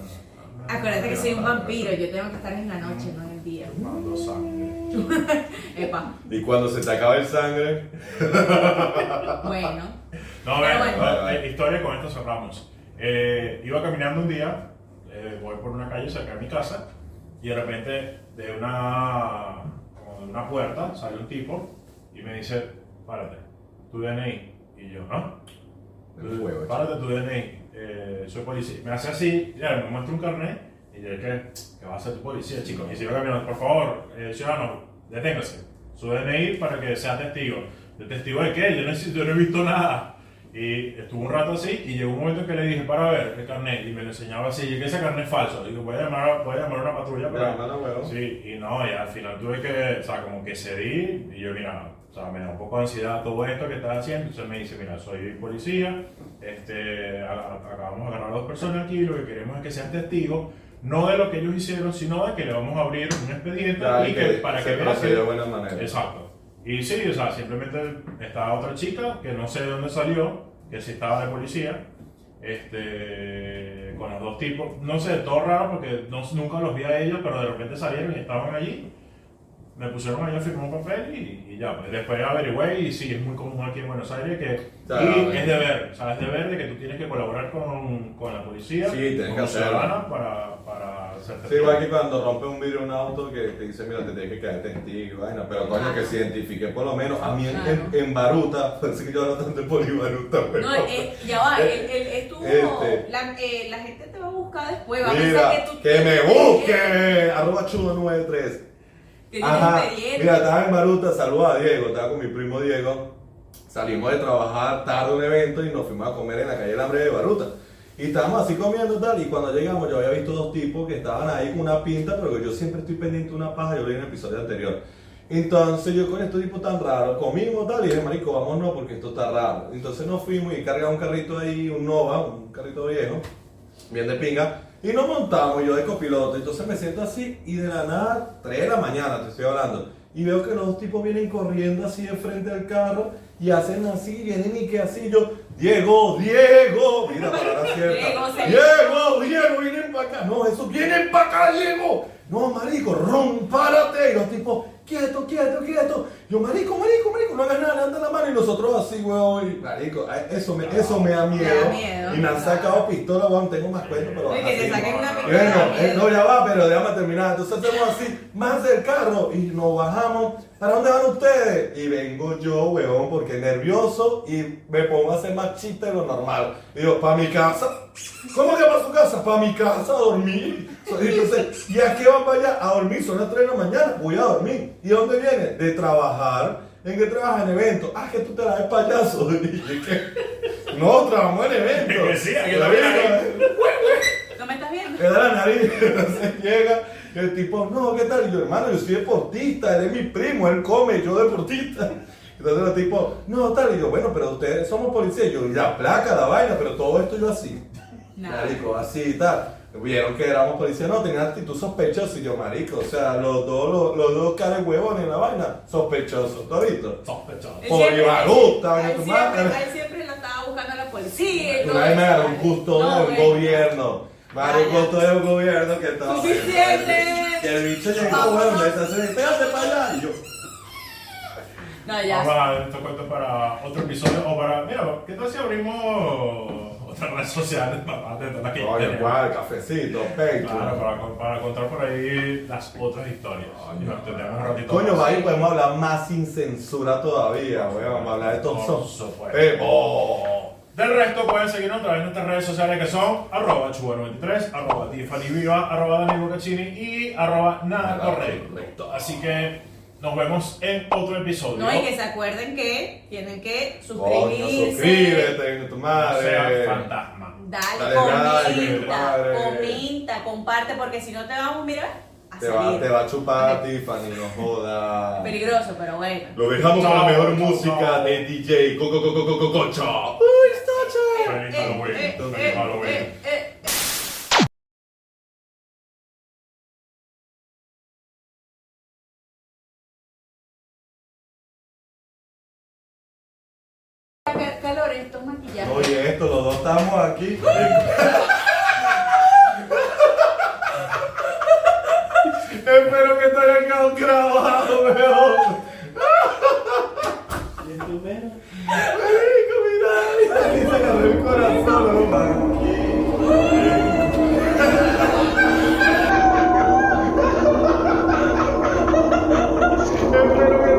Ah, Acuérdate que soy un vampiro, yo tengo que estar en la noche, no en el día. Mando sangre. Epa, Y cuando se te acaba el sangre, bueno. No, a ver, Pero bueno. no, eh, historia con esto cerramos. Eh, iba caminando un día, eh, voy por una calle cerca de mi casa, y de repente de una, como de una puerta sale un tipo y me dice, párate, tu DNI. Y yo, ¿no? el fuego. chico. Párate tu DNI, eh, soy policía. Me hace así, ya, me muestra un carnet, y yo, ¿qué? ¿Qué va a ser tu policía, chico? Y si va caminando, por favor, eh, ciudadano, deténgase. Su DNI para que sea testigo. ¿De testigo de qué? Yo no, he- yo no he visto nada. Y estuvo un rato así, y llegó un momento que le dije, para ver, el carnet, y me lo enseñaba así, y que ese carnet es falso. Digo, voy a llamar, a- voy a llamar a una patrulla Ya, para... mala huevo. Sí, y no, y al final tuve que, o sea, como que cedí, y yo, mira, o sea, me da un poco de ansiedad todo esto que estás haciendo, entonces me dice, mira, soy policía, este, a- a- acabamos de agarrar a dos personas aquí, lo que queremos es que sean testigos, no de lo que ellos hicieron, sino de que le vamos a abrir un expediente Ya, y y que, para se que veas procedió de buena manera. Exacto. Y sí, o sea, simplemente estaba otra chica que no sé de dónde salió, que sí estaba de policía, este, con los dos tipos. No sé, todo raro porque no, nunca los vi a ellos, pero de repente salieron y estaban allí. Me pusieron allá a firmar un papel y, y ya. pues. Después averigüé y sí, es muy común aquí en Buenos Aires que. Ya, y bueno. es deber, o sea, es deber de que tú tienes que colaborar con, con la policía, Sí, tienes como que hacerlo. ciudadana, para, para ser Sí, igual que cuando rompe un vidrio un auto que te dice, mira, te tienes que quedar testigo, vaina, pero coño, que se identifique por lo menos. A mí en, en, en Baruta, parece que yo hablo tanto en Polibaruta, pero. No, eh, ya va, el, el, estuvo. Este. La, eh, la gente te va a buscar después, va eh, a Mira, pensar que tú. que me busque, arroba chudo 93. Que tienes Ajá, expediente. mira, estaba en Maruta, saluda a Diego, estaba con mi primo Diego. Salimos de trabajar tarde a un evento y nos fuimos a comer en la calle del Hambre de Baruta. Y estábamos así comiendo tal, y cuando llegamos yo había visto dos tipos que estaban ahí con una pinta, pero que yo siempre estoy pendiente de una paja, yo lo vi en el episodio anterior. Entonces yo con estos tipos tan raros, comimos tal, y dije, marico, vámonos porque esto está raro. Entonces nos fuimos y cargaba un carrito ahí, un Nova, un carrito viejo, bien de pinga, Y nos montamos yo de copiloto, entonces me siento así y de la nada, 3 de la mañana te estoy hablando, y veo que los tipos vienen corriendo así de frente al carro y hacen así, vienen y que así yo, Diego, Diego, mira, palabra Diego, cierta, se- Diego, Diego, vienen para acá, no, eso, vienen para acá, Diego, no, marico, ron, párate, y los tipos, quieto, quieto, quieto, yo, marico, marico, marico, no hagas nada, levanta la mano y nosotros así, weón, y, marico, ay, eso me, eso me da miedo, miedo. y me han sacado pistola, weón, tengo más cuentos, pero... Oye, que te así, saquen una y Bueno, pistola. eh, no, ya va, pero déjame terminar. Entonces hacemos así, más del carro y nos bajamos. ¿Para dónde van ustedes? Y vengo yo, weón, porque nervioso y me pongo a hacer más chistes de lo normal. Digo, ¿para mi casa? ¿Cómo que para su casa? ¿Para mi casa a dormir? So- y Entonces, ¿y a qué van para allá? A dormir, son las 3 de la mañana, voy a dormir. ¿Y dónde viene? De trabajar. ¿En qué trabajas? En eventos. Ah, que tú te la ves payaso. Y yo, ¿qué? No, trabajamos en eventos. Que sí, aquí también eh. hay. ¿No me estás viendo? Me da la nariz, entonces llega y el tipo, no, ¿qué tal? Y yo, hermano, yo soy deportista, él es mi primo, él come, yo deportista. Entonces el tipo, no, tal, y yo, bueno, pero ustedes somos policías, Y yo, y la placa, la vaina, pero todo esto yo así. Nada. Marico, así y tal. Vieron que éramos policías, no, tenían actitud sospechosa y yo, marico, o sea, los dos, los, los dos caras huevos en la vaina, sospechosos, ¿tú has visto? Sospechado. Él Por siempre- Ibaguta, él que tu siempre- madre. él siempre lo estaba buscando a la policía. y todo Una vez me eso. agarró un custodio No, del bueno. gobierno. Marico, Vaya. todo el gobierno que estaba. Suficiente. Y el bicho llegó, Vamos. bueno, me está haciendo, pégate para allá. Y yo, No, Vamos ya. a dejar esto cuento para otro episodio o para. Mira, ¿qué tal si abrimos otra red social? Para tener aquí. oye, igual, cafecito, pecho. Claro, para, con- para contar por ahí las otras historias. Y nos tendremos un ratito. Coño, más. ahí podemos hablar más sin censura todavía, weón. Vamos a hablar de Por todos esos. supuesto. Eh, oh. Del resto pueden seguirnos a través de nuestras redes sociales que son arroba chuba93, arroba tiffanyviva, arroba Dani Bocaccini y arroba nada Nada correcto. correcto. Así que nos vemos en otro episodio. No, y que se acuerden que tienen que Coño, suscribirse. suscríbete, tu No madre. seas fantasma. Dale Dale, like, comenta, compadre. comenta, comparte, porque si no te vamos, mira, a Te va, salir. te va a chupar Tiffany, no joda. Peligroso, pero bueno. Lo dejamos con la No, mejor no. música de DJ Coco Coco Coco Cocho. Feliz Halloween. Eh, eh, Feliz Halloween. eh, eh, eh. Ca- Calor, estos maquillajes. Oye, esto, los dos estamos aquí. Espero que te haya quedado grabado, weón. Marico, mira, mira, se agarró el corazón, lo marqué. Espero que